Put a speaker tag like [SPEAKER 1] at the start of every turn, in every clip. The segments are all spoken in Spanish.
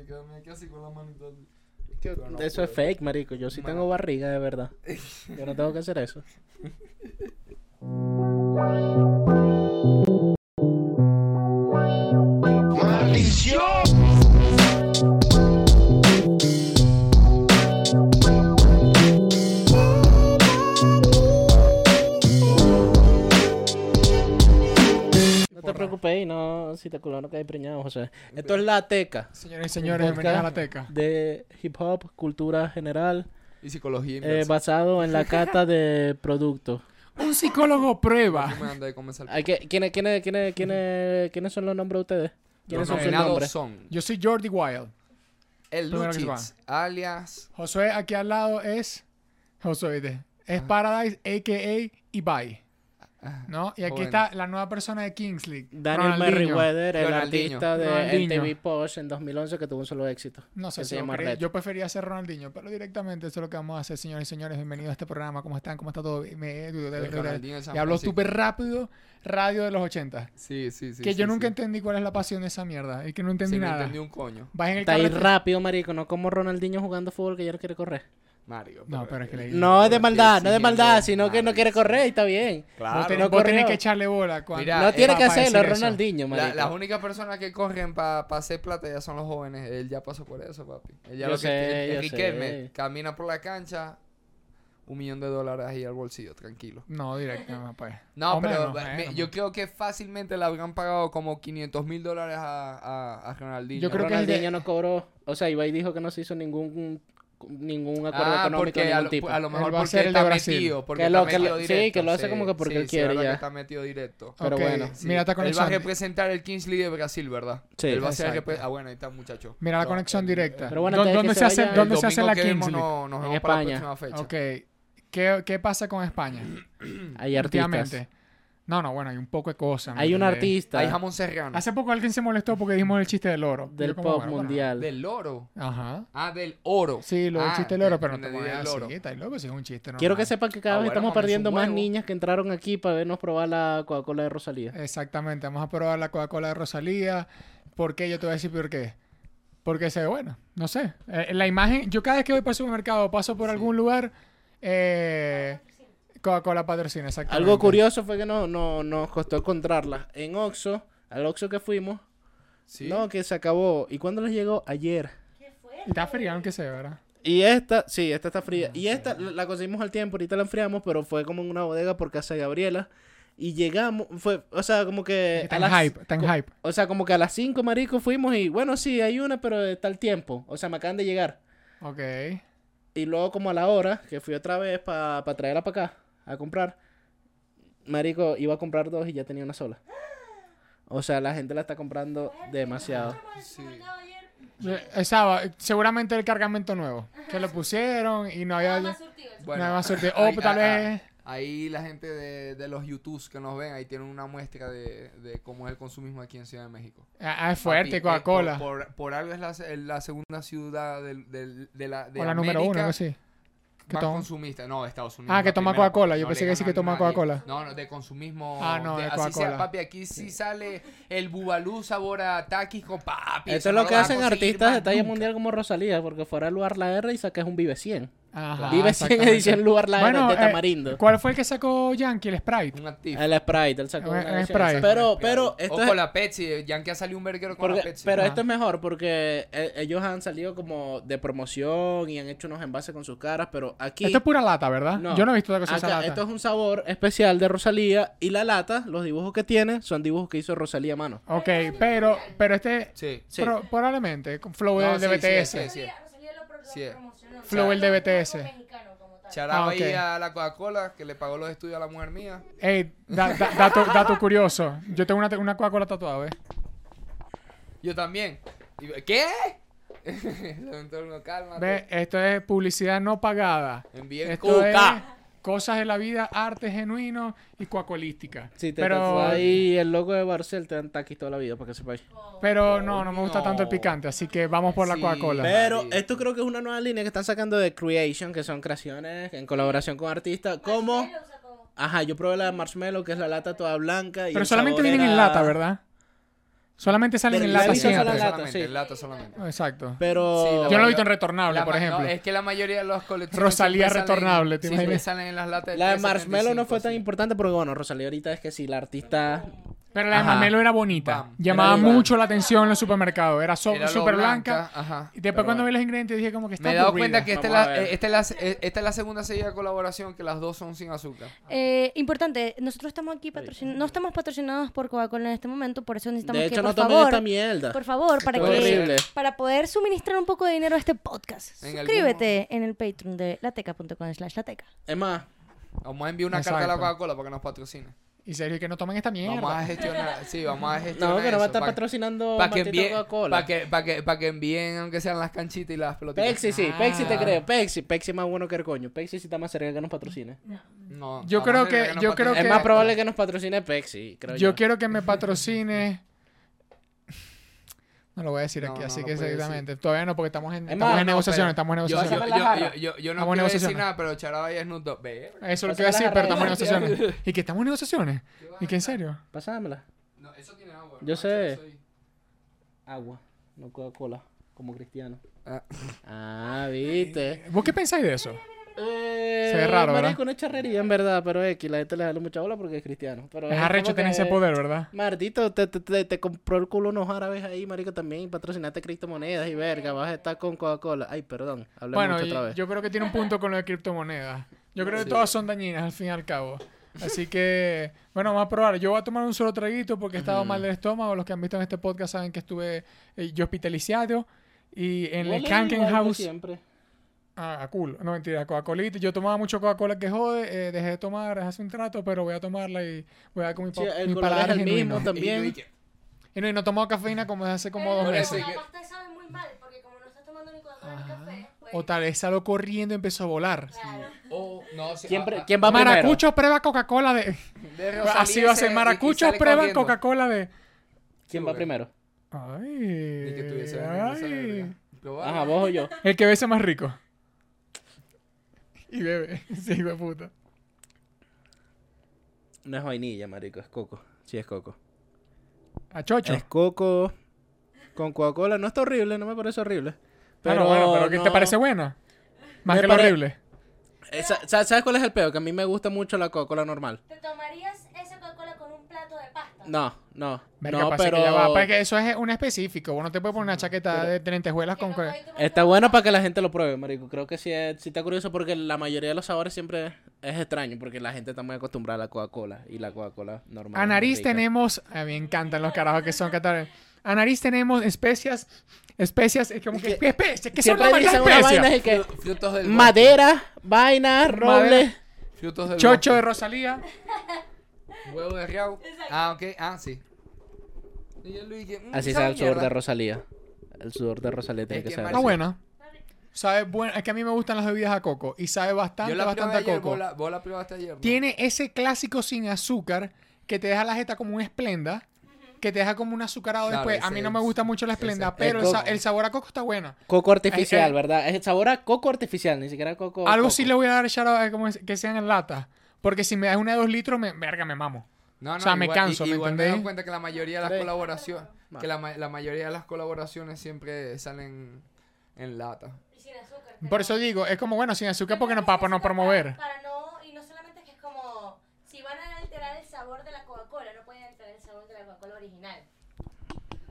[SPEAKER 1] quedé, me quedé así con la manita así.
[SPEAKER 2] Yo-
[SPEAKER 1] Pero no
[SPEAKER 2] eso
[SPEAKER 1] puedo.
[SPEAKER 2] es fake, marico. Yo sí
[SPEAKER 1] Mano.
[SPEAKER 2] tengo barriga, de verdad. Yo no tengo que hacer eso.
[SPEAKER 1] pues.
[SPEAKER 2] No te preocupes y no, si te culo no caes preñado, José. Esto es la teca
[SPEAKER 3] Señores y señores,
[SPEAKER 2] Un podcast.
[SPEAKER 3] bienvenidos a la teca.
[SPEAKER 2] de hip hop, cultura general,
[SPEAKER 1] Y psicología
[SPEAKER 2] eh,
[SPEAKER 1] inversa.
[SPEAKER 2] basado en la cata de productos.
[SPEAKER 3] Un psicólogo prueba.
[SPEAKER 1] Yo me andé de comenzar.
[SPEAKER 2] Hay que- ¿Quiénes, quiénes, quiénes, quiénes, quiénes son los nombres de ustedes?
[SPEAKER 1] Los
[SPEAKER 2] ¿Quiénes son sus
[SPEAKER 1] nominados
[SPEAKER 2] nombres?
[SPEAKER 1] son
[SPEAKER 3] Yo soy Jordi Wild.
[SPEAKER 1] el
[SPEAKER 3] Primero que se
[SPEAKER 1] Luchitz, alias
[SPEAKER 3] Josué aquí al lado es Josué de- Es
[SPEAKER 1] Ah.
[SPEAKER 3] Paradise, a.k.a. Ibai. ¿No? Y aquí
[SPEAKER 1] Joven.
[SPEAKER 3] está la nueva persona de Kings League.
[SPEAKER 2] Daniel
[SPEAKER 3] Ronaldinho.
[SPEAKER 2] Merriweather, el
[SPEAKER 1] Ronaldinho.
[SPEAKER 2] artista de
[SPEAKER 3] Ronaldinho.
[SPEAKER 2] MTV Posh en 2011 que tuvo un solo éxito.
[SPEAKER 3] No sé
[SPEAKER 2] que
[SPEAKER 3] si
[SPEAKER 2] se
[SPEAKER 3] lo
[SPEAKER 2] llama
[SPEAKER 3] quería-
[SPEAKER 2] Red.
[SPEAKER 3] Yo prefería ser Ronaldinho, pero directamente eso es lo que vamos a hacer, señores y señores. Bienvenidos a este programa. ¿Cómo están? ¿Cómo está todo? Me- eh,
[SPEAKER 1] el Ronaldinho de San
[SPEAKER 3] Y habló
[SPEAKER 1] Francisco.
[SPEAKER 3] súper rápido, radio de los 80.
[SPEAKER 1] Sí, sí, sí.
[SPEAKER 3] que
[SPEAKER 1] sí,
[SPEAKER 3] yo nunca
[SPEAKER 1] sí.
[SPEAKER 3] entendí cuál es la pasión de esa mierda. Y que no entendí
[SPEAKER 1] Sí, no
[SPEAKER 3] nada.
[SPEAKER 1] entendí un coño.
[SPEAKER 3] Vas en el
[SPEAKER 2] Está ahí
[SPEAKER 3] carro-
[SPEAKER 2] rápido, marico, no como Ronaldinho jugando fútbol que ya no quiere correr.
[SPEAKER 1] Mario. eh,
[SPEAKER 3] No, pero es que le-
[SPEAKER 2] No es de
[SPEAKER 1] Estoy
[SPEAKER 2] maldad, no es de maldad,
[SPEAKER 1] exigiendo
[SPEAKER 2] sino que no quiere
[SPEAKER 1] madres.
[SPEAKER 2] correr y está bien.
[SPEAKER 3] Vos,
[SPEAKER 1] Claro.
[SPEAKER 3] tenés,
[SPEAKER 2] no
[SPEAKER 3] vos tenés
[SPEAKER 2] corrió.
[SPEAKER 3] que echarle bola. Cuando...
[SPEAKER 1] Mira,
[SPEAKER 2] No
[SPEAKER 1] eh,
[SPEAKER 2] tiene
[SPEAKER 3] pa-
[SPEAKER 2] que
[SPEAKER 3] pa'
[SPEAKER 2] hacerlo,
[SPEAKER 3] decir eso.
[SPEAKER 2] Ronaldinho,
[SPEAKER 1] La-
[SPEAKER 2] marico.
[SPEAKER 1] las únicas personas que corren para hacer plata ya son los jóvenes. Él ya pasó por eso, papi. Él ya
[SPEAKER 2] Yo
[SPEAKER 1] lo que
[SPEAKER 2] sé,
[SPEAKER 1] el- el
[SPEAKER 2] yo
[SPEAKER 1] Riquelme
[SPEAKER 2] sé.
[SPEAKER 1] camina por la cancha, un millón de dólares ahí al bolsillo, tranquilo.
[SPEAKER 3] No, directo, no, pues.
[SPEAKER 1] No,
[SPEAKER 3] O
[SPEAKER 1] pero
[SPEAKER 3] menos,
[SPEAKER 1] eh, me-
[SPEAKER 3] menos.
[SPEAKER 1] yo creo que fácilmente le habrán pagado como 500 mil dólares a, a, a Ronaldinho.
[SPEAKER 3] Yo creo que es de-
[SPEAKER 2] Ronaldinho no cobró, o sea, Ibai dijo que no se hizo ningún ningún acuerdo
[SPEAKER 1] Ah,
[SPEAKER 2] económico de
[SPEAKER 1] porque a
[SPEAKER 2] ningún
[SPEAKER 1] lo,
[SPEAKER 2] tipo.
[SPEAKER 1] a lo
[SPEAKER 3] Él
[SPEAKER 1] mejor
[SPEAKER 3] va a
[SPEAKER 1] porque
[SPEAKER 3] ser el de
[SPEAKER 1] está
[SPEAKER 3] Brasil.
[SPEAKER 1] metido, porque
[SPEAKER 2] Que
[SPEAKER 1] está
[SPEAKER 2] lo- que lo-
[SPEAKER 1] metido
[SPEAKER 2] sí,
[SPEAKER 1] directo.
[SPEAKER 2] que lo hace como que porque él
[SPEAKER 1] sí,
[SPEAKER 2] quiere
[SPEAKER 1] ahora
[SPEAKER 2] ya.
[SPEAKER 1] que está metido directo.
[SPEAKER 2] Pero
[SPEAKER 3] Ok,
[SPEAKER 2] bueno.
[SPEAKER 1] Sí.
[SPEAKER 3] Ah,
[SPEAKER 1] pues,
[SPEAKER 3] Mira
[SPEAKER 1] Él va
[SPEAKER 3] esta
[SPEAKER 1] a
[SPEAKER 3] conexión.
[SPEAKER 1] representar el Kingsley de Brasil, ¿verdad?
[SPEAKER 2] Sí.
[SPEAKER 1] Él va a ser
[SPEAKER 3] Exacto.
[SPEAKER 1] repre- Ah, bueno, ahí está muchacho.
[SPEAKER 3] Mira la
[SPEAKER 1] No,
[SPEAKER 3] conexión
[SPEAKER 1] el-
[SPEAKER 3] directa.
[SPEAKER 2] Pero bueno,
[SPEAKER 3] ¿Dó-
[SPEAKER 2] antes de que
[SPEAKER 3] ¿Dónde
[SPEAKER 2] se
[SPEAKER 3] se hace,
[SPEAKER 2] vaya-
[SPEAKER 1] el
[SPEAKER 3] ¿dónde se hace
[SPEAKER 1] domingo
[SPEAKER 3] la
[SPEAKER 1] que vemos
[SPEAKER 3] Kings League?
[SPEAKER 1] no- nos
[SPEAKER 2] En
[SPEAKER 1] vemos para la
[SPEAKER 2] España.
[SPEAKER 1] próxima fecha.
[SPEAKER 3] Ok. ¿Qué, ¿Qué pasa con España?
[SPEAKER 2] Hay artistas.
[SPEAKER 3] Últimamente. No, no, bueno, hay un poco de cosas. ¿me
[SPEAKER 2] Hay un
[SPEAKER 3] entendés?
[SPEAKER 2] artista
[SPEAKER 1] Hay jamón serrano.
[SPEAKER 3] Hace poco alguien se molestó porque dijimos el chiste del oro.
[SPEAKER 2] del
[SPEAKER 3] Yo como,
[SPEAKER 2] pop
[SPEAKER 3] bueno, bueno.
[SPEAKER 2] mundial.
[SPEAKER 1] Del oro.
[SPEAKER 3] Ajá.
[SPEAKER 1] Ah, del oro.
[SPEAKER 3] Sí, lo del
[SPEAKER 1] Ah,
[SPEAKER 3] chiste del oro, pero no te
[SPEAKER 1] entendí,
[SPEAKER 3] voy a
[SPEAKER 1] del oro.
[SPEAKER 3] decir. Estás loco, si es un chiste.
[SPEAKER 2] Quiero que
[SPEAKER 3] normal.
[SPEAKER 2] sepan que cada
[SPEAKER 1] Ah,
[SPEAKER 2] vez
[SPEAKER 1] bueno,
[SPEAKER 2] estamos
[SPEAKER 1] mames,
[SPEAKER 2] perdiendo
[SPEAKER 1] un
[SPEAKER 2] más
[SPEAKER 1] huevo.
[SPEAKER 2] niñas que entraron aquí para vernos probar la Coca-Cola de Rosalía.
[SPEAKER 3] Exactamente, vamos a probar la Coca-Cola de Rosalía. ¿Por qué? Yo te voy a decir por qué. Porque se ve bueno, no sé. Eh, la imagen, yo cada vez que voy para el supermercado, paso por algún lugar, eh, Coca-Cola patrocina, exactamente.
[SPEAKER 2] Algo curioso fue que no, no, nos costó encontrarla. En Oxxo, al Oxxo que fuimos,
[SPEAKER 1] Sí.
[SPEAKER 2] no, que se acabó. ¿Y cuándo les llegó? Ayer.
[SPEAKER 3] Está frío, aunque se ve, ¿verdad?
[SPEAKER 2] Y esta, sí, esta está fría. Y esta la la conseguimos al tiempo, ahorita la enfriamos, pero fue como en una bodega por casa de Gabriela. Y llegamos, fue, o sea, como que...
[SPEAKER 3] Está
[SPEAKER 2] a
[SPEAKER 3] en
[SPEAKER 2] las-
[SPEAKER 3] hype, está en
[SPEAKER 2] Eh, co-
[SPEAKER 3] hype.
[SPEAKER 2] O sea, como que a las 5, marico, fuimos y, bueno, sí, hay una, pero está el tiempo. O sea, me acaban de llegar.
[SPEAKER 3] Ok. Eh,
[SPEAKER 2] Y luego como a la hora, que fui otra vez para traerla para acá a comprar, Marico iba a comprar dos y ya tenía una sola. O sea, la gente la está comprando demasiado.
[SPEAKER 1] Sí.
[SPEAKER 3] Eh, Estaba, eh, seguramente el cargamento nuevo, que lo pusieron y no había...
[SPEAKER 4] Más surtido.
[SPEAKER 1] Bueno,
[SPEAKER 3] Nada más suerte. O
[SPEAKER 1] ahí-
[SPEAKER 3] tal
[SPEAKER 1] ah,
[SPEAKER 3] vez-
[SPEAKER 1] ah, Ahí la gente de, de los YouTubes que nos ven, ahí tienen una muestra de, de cómo es el consumismo aquí en Ciudad de México.
[SPEAKER 3] Ah, ah, es fuerte,
[SPEAKER 1] Papi, eh,
[SPEAKER 3] Coca-Cola. O
[SPEAKER 1] Por, por- por algo es la, se- la segunda ciudad del- del- de, la de
[SPEAKER 3] la número uno, algo así. que
[SPEAKER 1] más
[SPEAKER 3] toma-
[SPEAKER 1] consumista. No, Estados Unidos.
[SPEAKER 3] Ah,
[SPEAKER 1] es
[SPEAKER 3] que
[SPEAKER 1] la
[SPEAKER 3] toma
[SPEAKER 1] primera.
[SPEAKER 3] Coca-Cola. Yo
[SPEAKER 1] No
[SPEAKER 3] pensé
[SPEAKER 1] le
[SPEAKER 3] que sí que
[SPEAKER 1] ganan
[SPEAKER 3] toma
[SPEAKER 1] nadie.
[SPEAKER 3] Coca-Cola.
[SPEAKER 1] No, no, de consumismo.
[SPEAKER 3] Ah, no, de
[SPEAKER 1] así sea,
[SPEAKER 3] Coca-Cola.
[SPEAKER 1] papi, aquí sí sale el bubalú sabor a taquis con papi.
[SPEAKER 2] Eso
[SPEAKER 1] eso
[SPEAKER 2] es
[SPEAKER 1] no
[SPEAKER 2] lo que
[SPEAKER 1] vas a
[SPEAKER 2] hacen
[SPEAKER 1] conseguir
[SPEAKER 2] artistas de
[SPEAKER 1] más
[SPEAKER 2] talla
[SPEAKER 1] nunca.
[SPEAKER 2] mundial como Rosalía, porque fuera al lugar la R y sacas un Vive 100.
[SPEAKER 3] Ajá,
[SPEAKER 2] Vive 100
[SPEAKER 3] exactamente.
[SPEAKER 2] edición lugar la
[SPEAKER 3] Bueno,
[SPEAKER 2] R
[SPEAKER 3] eh,
[SPEAKER 2] de Tamarindo.
[SPEAKER 3] ¿Cuál fue el que sacó Yankee, el Sprite?
[SPEAKER 1] Un activo.
[SPEAKER 2] El Sprite, él sacó
[SPEAKER 3] Un-
[SPEAKER 2] una
[SPEAKER 3] un
[SPEAKER 2] edición.
[SPEAKER 3] Sprite.
[SPEAKER 2] Pero, Eh, pero,
[SPEAKER 1] o
[SPEAKER 2] esto
[SPEAKER 1] con
[SPEAKER 2] es,
[SPEAKER 1] la Pepsi, ya que ha salido un verguero con la
[SPEAKER 2] Porque-
[SPEAKER 1] Pepsi.
[SPEAKER 2] pero
[SPEAKER 3] Ajá.
[SPEAKER 2] esto es mejor porque eh, ellos han salido como de promoción y han hecho unos envases con sus caras, pero aquí...
[SPEAKER 3] Esto es pura lata, ¿verdad?
[SPEAKER 2] No.
[SPEAKER 3] Yo no he visto otra cosa de esa
[SPEAKER 2] Acá,
[SPEAKER 3] lata.
[SPEAKER 2] Esto es un sabor especial de Rosalía y la lata, los dibujos que tiene son dibujos que hizo Rosalía a mano.
[SPEAKER 3] Ok, pero, pero este...
[SPEAKER 1] Sí.
[SPEAKER 2] Sí.
[SPEAKER 3] pro- probablemente, con Flow
[SPEAKER 1] No,
[SPEAKER 3] el de
[SPEAKER 1] sí, sí,
[SPEAKER 3] BTS.
[SPEAKER 2] este
[SPEAKER 1] sí, sí. Sí.
[SPEAKER 3] Flow el de BTS.
[SPEAKER 1] Charaba
[SPEAKER 3] Ah, ok.
[SPEAKER 1] ahí a la Coca-Cola, que le pagó los estudios a la mujer mía.
[SPEAKER 3] Ey, da- da- dato, dato curioso. Yo tengo una, una Coca-Cola tatuada, ¿ves?
[SPEAKER 1] Yo también. Y- ¿Qué? Se aventó uno, cálmate.
[SPEAKER 3] Ve, Esto es publicidad no pagada.
[SPEAKER 1] Envíen
[SPEAKER 3] Esto es
[SPEAKER 1] coca.
[SPEAKER 3] cosas de la vida, arte genuino y coacolística.
[SPEAKER 2] Si te
[SPEAKER 3] pero,
[SPEAKER 2] tatúa ahí el logo de Barcel, te dan taquis toda la vida para que sepáis.
[SPEAKER 3] pero no, no me gusta
[SPEAKER 1] Coño.
[SPEAKER 3] tanto el picante, así que vamos por la
[SPEAKER 1] Sí,
[SPEAKER 3] Coca-Cola.
[SPEAKER 1] ve-
[SPEAKER 2] Pero
[SPEAKER 1] Marico.
[SPEAKER 2] esto creo que es una nueva línea que están sacando de Creation, que son creaciones en colaboración con artistas. Como, ajá, yo probé la de Marshmallow, que es la lata toda blanca. Y
[SPEAKER 3] Pero
[SPEAKER 2] el
[SPEAKER 3] solamente
[SPEAKER 2] sabor
[SPEAKER 3] vienen en
[SPEAKER 2] era-
[SPEAKER 3] lata, ¿verdad? Solamente salen
[SPEAKER 2] Pero
[SPEAKER 3] en
[SPEAKER 2] ya
[SPEAKER 3] lata
[SPEAKER 2] vi que salen
[SPEAKER 3] siempre.
[SPEAKER 2] en lata,
[SPEAKER 1] solamente,
[SPEAKER 2] sí.
[SPEAKER 1] en lata solamente.
[SPEAKER 3] Exacto.
[SPEAKER 2] Pero.
[SPEAKER 1] Sí, la
[SPEAKER 3] Yo no lo he
[SPEAKER 1] mayor-
[SPEAKER 3] visto en retornable,
[SPEAKER 1] La
[SPEAKER 3] por
[SPEAKER 1] ma- no,
[SPEAKER 3] ejemplo.
[SPEAKER 1] es que la mayoría de los colecciones.
[SPEAKER 3] Rosalía
[SPEAKER 1] siempre salen-
[SPEAKER 3] retornable, ¿te
[SPEAKER 1] siempre
[SPEAKER 3] imaginas?
[SPEAKER 1] salen en las latas.
[SPEAKER 2] La de Marshmallow no
[SPEAKER 1] 3.75,
[SPEAKER 2] fue tan
[SPEAKER 1] sí.
[SPEAKER 2] importante porque, bueno, Rosalía ahorita es que si la artista.
[SPEAKER 3] Pero la de
[SPEAKER 2] Ajá.
[SPEAKER 3] Mamelo era bonita.
[SPEAKER 1] Bam.
[SPEAKER 3] Llamaba
[SPEAKER 2] Era blanca.
[SPEAKER 3] mucho la atención en los supermercados. Era
[SPEAKER 1] Era
[SPEAKER 3] súper
[SPEAKER 1] lo
[SPEAKER 3] blanca.
[SPEAKER 1] Ajá.
[SPEAKER 3] Y después
[SPEAKER 2] Pero
[SPEAKER 3] cuando
[SPEAKER 2] bueno.
[SPEAKER 3] vi los ingredientes dije como que está
[SPEAKER 1] Me he dado
[SPEAKER 3] aburrida.
[SPEAKER 1] cuenta que esta es,
[SPEAKER 2] Vamos a
[SPEAKER 1] la,
[SPEAKER 2] ver.
[SPEAKER 1] eh, esta, es la, eh, esta es la segunda serie de colaboración que las dos son sin azúcar.
[SPEAKER 4] Eh, importante, nosotros estamos aquí patrocinados, no estamos patrocinados por Coca-Cola en este momento, por eso necesitamos
[SPEAKER 2] De
[SPEAKER 4] que,
[SPEAKER 2] hecho,
[SPEAKER 4] por
[SPEAKER 2] no tomen
[SPEAKER 4] favor,
[SPEAKER 2] esta mierda.
[SPEAKER 4] por favor, para
[SPEAKER 1] Esto
[SPEAKER 2] es
[SPEAKER 4] que
[SPEAKER 2] horrible.
[SPEAKER 4] para poder suministrar un poco de dinero a este podcast,
[SPEAKER 1] En
[SPEAKER 4] suscríbete en el Patreon de lateca.com/slash lateca.
[SPEAKER 2] Es más,
[SPEAKER 1] Vamos a enviar una carta a la
[SPEAKER 3] Exacto.
[SPEAKER 1] Coca-Cola para que nos patrocine.
[SPEAKER 3] Y serio, que no tomen esta mierda.
[SPEAKER 1] Vamos a gestionar. Sí, vamos a gestionar.
[SPEAKER 2] no, que no va a estar
[SPEAKER 1] eso, pa-
[SPEAKER 2] patrocinando
[SPEAKER 1] pa' que
[SPEAKER 2] maldita
[SPEAKER 1] envíe-
[SPEAKER 2] Coca-Cola.
[SPEAKER 1] pa' que, pa' que, pa' que envíen, aunque sean las canchitas y las pelotitas.
[SPEAKER 2] Pepsi, sí,
[SPEAKER 3] Ah.
[SPEAKER 2] Pepsi te creo. Pepsi, Pepsi más bueno que el coño. Pexi sí está más cerca que nos patrocine.
[SPEAKER 1] No,
[SPEAKER 3] Yo
[SPEAKER 1] jamás
[SPEAKER 3] creo
[SPEAKER 1] se
[SPEAKER 3] que-
[SPEAKER 1] diría nos
[SPEAKER 3] yo creo
[SPEAKER 1] patrocine.
[SPEAKER 2] Es
[SPEAKER 3] que-
[SPEAKER 2] más probable que nos patrocine Pepsi, creo yo.
[SPEAKER 3] Yo quiero que me patrocine. No lo voy a decir
[SPEAKER 1] No,
[SPEAKER 3] aquí,
[SPEAKER 1] no
[SPEAKER 3] así
[SPEAKER 1] lo
[SPEAKER 3] que
[SPEAKER 1] puedes
[SPEAKER 3] exactamente. Todavía no, porque estamos en,
[SPEAKER 2] Es
[SPEAKER 3] estamos
[SPEAKER 2] más,
[SPEAKER 3] en
[SPEAKER 2] no,
[SPEAKER 3] negociaciones.
[SPEAKER 1] pero-
[SPEAKER 3] Estamos en
[SPEAKER 1] Yo, yo,
[SPEAKER 3] negociaciones.
[SPEAKER 2] Pásame la jarra.
[SPEAKER 1] yo- yo- yo no
[SPEAKER 3] Vamos a
[SPEAKER 1] quiero decir
[SPEAKER 3] negociaciones.
[SPEAKER 1] nada, pero Charaba y Snoop Dogg. ve.
[SPEAKER 3] Eso es lo que
[SPEAKER 2] Pásame
[SPEAKER 3] iba a
[SPEAKER 2] la
[SPEAKER 3] decir, pero estamos en
[SPEAKER 2] jarra, tío.
[SPEAKER 3] negociaciones. ¿Y que estamos en negociaciones? ¿Y que en serio?
[SPEAKER 2] Pásamela.
[SPEAKER 1] No, eso tiene agua.
[SPEAKER 2] Yo
[SPEAKER 1] macho,
[SPEAKER 2] sé.
[SPEAKER 1] soy-
[SPEAKER 2] Agua, no Coca-Cola, como cristiano.
[SPEAKER 1] Ah.
[SPEAKER 2] Ah, viste.
[SPEAKER 3] ¿Vos qué pensáis de eso?
[SPEAKER 2] Eh,
[SPEAKER 3] Se ve raro, ¿verdad?
[SPEAKER 2] Marico, una charrería, en verdad, pero X, la gente le da mucha bola porque es cristiano. Pero
[SPEAKER 3] Es arrecho
[SPEAKER 2] como
[SPEAKER 3] tener ese
[SPEAKER 2] que-
[SPEAKER 3] poder, ¿verdad?
[SPEAKER 2] Mardito, te, te, te, te compró el culo unos árabes ahí, marico, también. y Patrocinaste criptomonedas y verga, vas a estar con Coca-Cola. Ay, perdón, hablé
[SPEAKER 3] Bueno,
[SPEAKER 2] mucho otra
[SPEAKER 3] yo,
[SPEAKER 2] vez.
[SPEAKER 3] yo creo que tiene un punto con lo de criptomonedas. Yo creo que
[SPEAKER 1] Sí.
[SPEAKER 3] todas son dañinas al fin y al cabo. Así que, bueno, vamos a probar. Yo voy a tomar un solo traguito porque he estado
[SPEAKER 2] Ujú.
[SPEAKER 3] mal del estómago. Los que han visto en este podcast saben que estuve eh, yo hospitalizado. Y en el
[SPEAKER 2] Huele
[SPEAKER 3] Kanken
[SPEAKER 2] igual que
[SPEAKER 3] House.
[SPEAKER 2] Siempre.
[SPEAKER 3] Ah, cool. No mentira, Coca-Cola. Yo tomaba mucho Coca-Cola que jode. eh, dejé de tomar hace un trato, pero voy a tomarla y voy a dar con mi,
[SPEAKER 2] Sí,
[SPEAKER 3] pa-
[SPEAKER 2] el
[SPEAKER 3] mi
[SPEAKER 2] color
[SPEAKER 3] paladar
[SPEAKER 2] es el
[SPEAKER 3] genuino.
[SPEAKER 2] mismo. También.
[SPEAKER 1] Y- y- y-
[SPEAKER 3] Y no, y no tomo cafeína como desde hace como dos
[SPEAKER 1] Por eso
[SPEAKER 3] meses.
[SPEAKER 1] y que-
[SPEAKER 4] te sabe muy mal porque como no estás tomando ni Coca-Cola ni café, pues,
[SPEAKER 3] O tal vez salgo corriendo y empezó a volar.
[SPEAKER 1] Oh, no, sí,
[SPEAKER 2] ¿Quién, pre-
[SPEAKER 1] ah, ah,
[SPEAKER 2] quién va
[SPEAKER 3] Maracucho prueba Coca-Cola de.
[SPEAKER 1] de Rosalía
[SPEAKER 3] Así va a
[SPEAKER 1] y
[SPEAKER 3] ser.
[SPEAKER 1] se-
[SPEAKER 3] Maracucho
[SPEAKER 1] y sale
[SPEAKER 3] prueba
[SPEAKER 1] corriendo.
[SPEAKER 3] Coca-Cola de.
[SPEAKER 2] primero? ¿Quién va
[SPEAKER 1] Sí,
[SPEAKER 2] primero?
[SPEAKER 3] Ay.
[SPEAKER 1] Ni que tuviese veneno,
[SPEAKER 3] ay.
[SPEAKER 1] esa verga. Lo va-
[SPEAKER 2] Ajá, vos o yo.
[SPEAKER 3] El que besa más rico. Y bebe. Sí, hijo de puta.
[SPEAKER 2] No es vainilla, marico, es coco. Sí, es coco.
[SPEAKER 3] A Chocho. Ah,
[SPEAKER 2] Es coco con Coca-Cola. No está horrible, no me parece horrible. Pero,
[SPEAKER 3] Pero, Ah, bueno, pero ¿qué te
[SPEAKER 2] no-
[SPEAKER 3] parece bueno? Más
[SPEAKER 2] Me
[SPEAKER 3] que lo
[SPEAKER 2] pare-
[SPEAKER 3] horrible.
[SPEAKER 2] Esa- Eh, sa- ¿Sabes cuál es el peor? Que a mí me gusta mucho la Coca-Cola normal.
[SPEAKER 4] ¿te tomarías esa Coca-Cola con un plato de pasta?
[SPEAKER 2] No, no.
[SPEAKER 3] Verga,
[SPEAKER 2] no,
[SPEAKER 3] pasa que
[SPEAKER 2] pero...
[SPEAKER 3] ya va, pasa que eso es un específico. Uno te puede poner una chaqueta de lentejuelas con. co-
[SPEAKER 2] Está bueno para que la gente lo pruebe, marico. Creo que sí, es- sí está curioso porque la mayoría de los sabores siempre es extraño porque la gente está muy acostumbrada a la Coca-Cola y la Coca-Cola normal.
[SPEAKER 3] A
[SPEAKER 2] es
[SPEAKER 3] nariz
[SPEAKER 2] rica.
[SPEAKER 3] tenemos. A mí me encantan los carajos que son catalanes. A nariz tenemos especias. Especias. Es como que.
[SPEAKER 2] Que-
[SPEAKER 3] especias? ¿Qué son las
[SPEAKER 2] Siempre
[SPEAKER 3] malditas
[SPEAKER 2] dicen una vaina
[SPEAKER 3] especias?
[SPEAKER 2] y que...
[SPEAKER 1] Frutos del
[SPEAKER 2] Madera, vaina, roble.
[SPEAKER 1] bosque, Frutos del
[SPEAKER 3] Chocho de Rosalía.
[SPEAKER 1] bosque, Huevo de riau. Ah, ok. Ah, sí. Y el Luigi, mm, sabe
[SPEAKER 2] Así sabe el sudor de
[SPEAKER 1] mierda.
[SPEAKER 2] Rosalía. El sudor de Rosalía tiene
[SPEAKER 1] Es
[SPEAKER 2] que
[SPEAKER 1] que
[SPEAKER 2] ser.
[SPEAKER 1] Mar- Así.
[SPEAKER 3] Ah,
[SPEAKER 2] así.
[SPEAKER 3] bueno. Sabe, bueno, es que a mí me gustan las bebidas a coco y sabe bastante,
[SPEAKER 1] Yo la probé
[SPEAKER 3] bastante a
[SPEAKER 1] ayer,
[SPEAKER 3] coco.
[SPEAKER 1] vos la- vos la probaste ayer. ¿no?
[SPEAKER 3] Tiene ese clásico sin azúcar que te deja la jeta como un esplenda, que te deja como un azucarado
[SPEAKER 1] Claro,
[SPEAKER 3] después. a
[SPEAKER 1] ese
[SPEAKER 3] mí no me
[SPEAKER 1] es-
[SPEAKER 3] gusta mucho la esplenda,
[SPEAKER 1] ese-
[SPEAKER 3] pero
[SPEAKER 2] el
[SPEAKER 3] el, sa-
[SPEAKER 2] coco.
[SPEAKER 3] el sabor a coco está bueno.
[SPEAKER 2] Coco artificial,
[SPEAKER 3] Eh, eh.
[SPEAKER 2] ¿verdad? Es el sabor a coco artificial, ni siquiera coco.
[SPEAKER 3] Algo
[SPEAKER 2] coco.
[SPEAKER 3] sí le voy a dar echar a- como es- que sean en lata, porque si me das una de dos litros, me, verga, me mamo.
[SPEAKER 1] No, no,
[SPEAKER 3] O sea, me
[SPEAKER 1] igual- i-
[SPEAKER 3] canso, ¿me
[SPEAKER 1] igual me
[SPEAKER 3] entendéis?
[SPEAKER 1] doy cuenta que la mayoría de las
[SPEAKER 2] Tres.
[SPEAKER 1] colaboraciones,
[SPEAKER 2] Va.
[SPEAKER 1] que la, ma- la mayoría de las colaboraciones siempre salen en lata.
[SPEAKER 4] Y sin azúcar.
[SPEAKER 3] Por eso digo, es como bueno, sin azúcar porque no, para, no promover.
[SPEAKER 4] Para no, y no solamente que es como, si van a alterar el sabor de la Coca-Cola, no pueden alterar el sabor de la Coca-Cola original.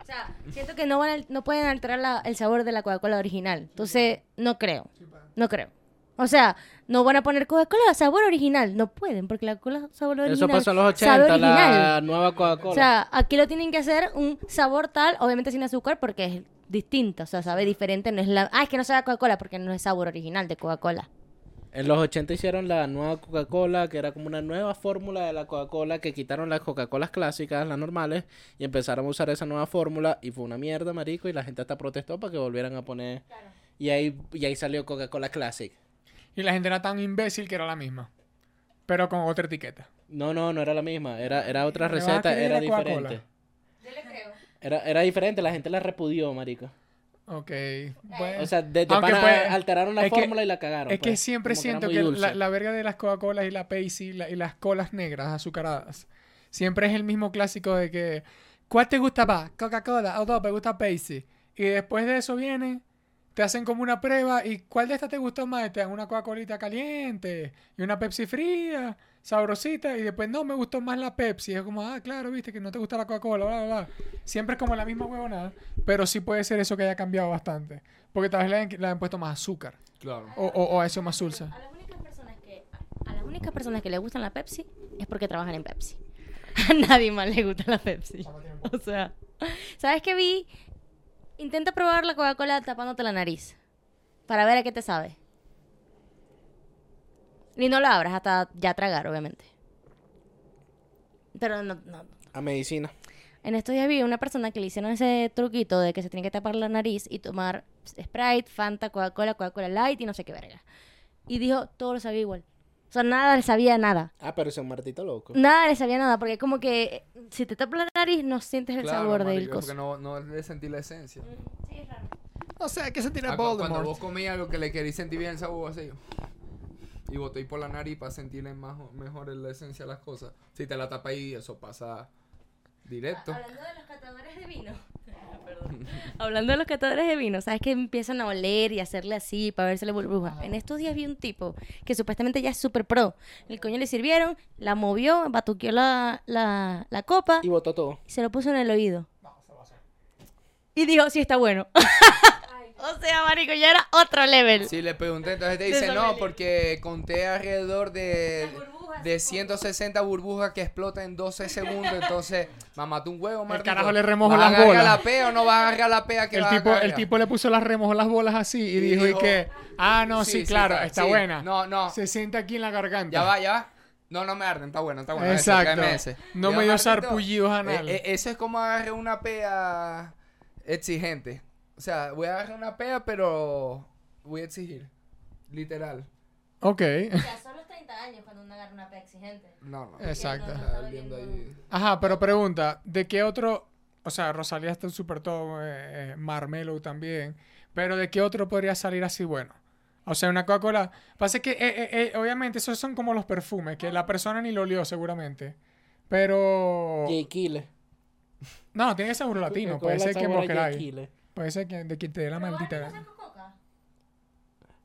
[SPEAKER 4] O sea, siento que no, van al- no pueden alterar la- el sabor de la Coca-Cola original. Entonces, no creo. No creo. O sea, no van a poner Coca-Cola sabor original. No pueden, porque la Coca-Cola sabor original.
[SPEAKER 2] Eso pasó en los
[SPEAKER 4] sabe
[SPEAKER 2] 80,
[SPEAKER 4] original.
[SPEAKER 2] la nueva Coca-Cola.
[SPEAKER 4] O sea, aquí lo tienen que hacer un sabor tal, obviamente sin azúcar, porque es distinta, o sea, sabe diferente, no es la... Ah, es que no sabe a Coca-Cola, porque no es sabor original de Coca-Cola.
[SPEAKER 2] en los 80 hicieron la nueva Coca-Cola, que era como una nueva fórmula de la Coca-Cola, que quitaron las Coca-Colas clásicas, las normales, y empezaron a usar esa nueva fórmula, y fue una mierda, marico, y la gente hasta protestó para que volvieran a poner. Y ahí, y ahí salió Coca-Cola Classic.
[SPEAKER 3] Y la gente era tan imbécil que era la misma, pero con otra etiqueta.
[SPEAKER 2] No, no, no era la misma, era, era otra
[SPEAKER 3] Eh, ¿Me vas a
[SPEAKER 2] receta,
[SPEAKER 3] escribir
[SPEAKER 2] era
[SPEAKER 3] la Coca-Cola?
[SPEAKER 2] diferente.
[SPEAKER 4] Yo le creo.
[SPEAKER 2] Era, era diferente, la gente la repudió, marico.
[SPEAKER 3] Ok. bueno.
[SPEAKER 2] O sea, de, de
[SPEAKER 3] Aunque
[SPEAKER 2] pana
[SPEAKER 3] pues,
[SPEAKER 2] alteraron la
[SPEAKER 3] es que-
[SPEAKER 2] fórmula y la cagaron.
[SPEAKER 3] Es que
[SPEAKER 2] pues,
[SPEAKER 3] siempre
[SPEAKER 2] como era
[SPEAKER 3] siento
[SPEAKER 2] muy
[SPEAKER 3] que
[SPEAKER 2] dulce.
[SPEAKER 3] la, la verga de las Coca-Colas y la Pepsi y, la- y las colas negras azucaradas, siempre es el mismo clásico de que ¿Cuál te gusta más? Coca-Cola o no, me gusta Pepsi. Y después de eso viene, te hacen como una prueba y ¿cuál de estas te gustó más? Y Te dan una Coca-Colita caliente y una Pepsi fría, sabrosita y después no, me gustó más la Pepsi. Es como, ah, claro, viste que no te gusta la Coca-Cola, bla, bla, bla. Siempre es como la misma huevonada, pero sí puede ser eso que haya cambiado bastante. Porque tal vez le han, le han puesto más azúcar
[SPEAKER 1] Claro.
[SPEAKER 3] o, o, o ha hecho más dulce.
[SPEAKER 4] A las únicas personas que a las únicas personas que le gustan la Pepsi es porque trabajan en Pepsi. A nadie más le gusta la Pepsi. O sea, ¿sabes qué vi? Intenta probar la Coca-Cola tapándote la nariz para ver a qué te sabe. Ni no la abras hasta ya tragar, obviamente. Pero no, no,
[SPEAKER 2] A medicina.
[SPEAKER 4] en estos días vi una persona que le hicieron ese truquito de que se tiene que tapar la nariz y tomar Sprite, Fanta, Coca-Cola, Coca-Cola Light y no sé qué verga. Y dijo, todo lo sabía igual. O sea, nada le sabía nada.
[SPEAKER 2] Ah, pero ese es un martito loco.
[SPEAKER 4] Nada le sabía nada, porque como que eh, si te tapas la nariz no sientes el
[SPEAKER 1] Claro,
[SPEAKER 4] sabor del
[SPEAKER 1] marico,
[SPEAKER 4] coso.
[SPEAKER 1] Porque no, no le sentí la esencia.
[SPEAKER 4] Sí, es raro.
[SPEAKER 3] No sé, ¿qué se
[SPEAKER 1] Ah,
[SPEAKER 3] tira
[SPEAKER 1] cu- cuando vos
[SPEAKER 3] Voldemort?
[SPEAKER 1] comías lo que le querías sentir bien el sabor así. Y botéis por la nariz para sentirle más, mejor la esencia de las cosas. Si te la tapas ahí, eso pasa directo.
[SPEAKER 4] Hablando de los catadores de vino. Perdón. Hablando de los catadores de vino, ¿sabes que empiezan a oler y a hacerle así para verse la burbuja? En estos días vi un tipo que supuestamente ya es súper pro. El coño le sirvieron, la movió, batuqueó la, la, la copa
[SPEAKER 2] Y botó todo.
[SPEAKER 4] y se lo puso en el oído. Y dijo, sí, está bueno. o sea, marico, ya era otro level.
[SPEAKER 1] Si le pregunté, entonces te dice, no, porque conté alrededor de, de 160 burbujas que explotan en 12 segundos. Entonces, mamá, tú un huevo, marico.
[SPEAKER 3] carajo le remojo
[SPEAKER 1] ¿Vas a
[SPEAKER 3] las
[SPEAKER 1] agarrar
[SPEAKER 3] bolas?
[SPEAKER 1] la pea o no vas a agarrar la pea que
[SPEAKER 3] El
[SPEAKER 1] vas a
[SPEAKER 3] tipo, el
[SPEAKER 1] agarrar?
[SPEAKER 3] tipo le puso las remojó las bolas así y, dijo,
[SPEAKER 1] dijo,
[SPEAKER 3] y que, ah, no, sí,
[SPEAKER 1] oh. sí, sí,
[SPEAKER 3] claro,
[SPEAKER 1] claro,
[SPEAKER 3] está
[SPEAKER 1] sí.
[SPEAKER 3] buena.
[SPEAKER 1] No, no.
[SPEAKER 3] Se sienta aquí en la garganta.
[SPEAKER 1] Ya va, ya va. No, no me arden, está bueno, está bueno. ese,
[SPEAKER 3] Exacto.
[SPEAKER 1] tráeme ese.
[SPEAKER 3] No
[SPEAKER 1] Ya,
[SPEAKER 3] me dio
[SPEAKER 1] Marquito,
[SPEAKER 3] sarpullidos
[SPEAKER 1] eh,
[SPEAKER 3] anales.
[SPEAKER 1] eh, eso es como agarré una pea exigente. O sea, voy a agarrar una pea, pero voy a exigir. Literal.
[SPEAKER 3] Ok.
[SPEAKER 4] Ya son los 30 años cuando uno agarra una pea exigente.
[SPEAKER 1] No, no.
[SPEAKER 3] Exacto.
[SPEAKER 1] Está oliendo ahí.
[SPEAKER 3] Ajá, pero pregunta, ¿de qué otro? O sea, Rosalía está en super todo, eh, eh, Marmelo también, pero ¿de qué otro podría salir así bueno? O sea, una Coca-Cola. Pasa que, eh, eh, eh, obviamente, esos son como los perfumes, que la persona ni lo olió seguramente. Pero.
[SPEAKER 2] J. Kile.
[SPEAKER 3] No, tiene que ser un latino, puede ser que Mosqueray.
[SPEAKER 2] Kile.
[SPEAKER 3] Puede ser que de quien te dé la maldita gana.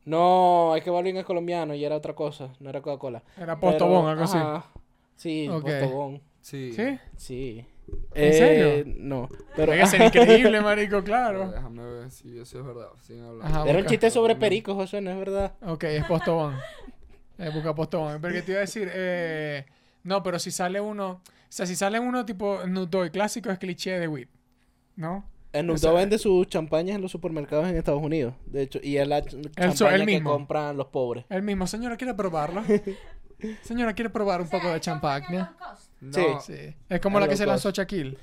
[SPEAKER 2] No, es que Balvin es colombiano y era otra cosa, no era Coca-Cola.
[SPEAKER 3] Era Postobón,
[SPEAKER 2] Pero,
[SPEAKER 3] algo así.
[SPEAKER 2] ajá, Sí,
[SPEAKER 3] Ok.
[SPEAKER 2] Postobón.
[SPEAKER 1] Sí.
[SPEAKER 3] ¿Sí?
[SPEAKER 2] Sí. Eh,
[SPEAKER 3] ¿En serio?
[SPEAKER 2] No, pero
[SPEAKER 3] Tiene que ser increíble, marico,
[SPEAKER 1] Pero
[SPEAKER 3] claro.
[SPEAKER 1] Eh, déjame ver si eso es verdad. Sin hablar.
[SPEAKER 3] Ajá.
[SPEAKER 2] era un
[SPEAKER 3] busca.
[SPEAKER 2] chiste sobre pericos, José, no es verdad.
[SPEAKER 3] Ok, es Postobón. Eh, busca Postobón. Pero que te iba a decir, eh, no, pero si sale uno, o sea, si sale uno tipo Snoop Dogg, clásico es cliché de Whip, ¿no?
[SPEAKER 2] El
[SPEAKER 3] O sea,
[SPEAKER 2] vende sus champañas en los supermercados en Estados Unidos, de hecho, y es la ch- champaña que
[SPEAKER 3] mismo.
[SPEAKER 2] compran los pobres.
[SPEAKER 3] El mismo, señora, ¿quiere probarlo? Señora, ¿quiere probar un poco de champaña?
[SPEAKER 1] No,
[SPEAKER 2] Sí.
[SPEAKER 3] Sí. Es como la que se lanzó Shaquille,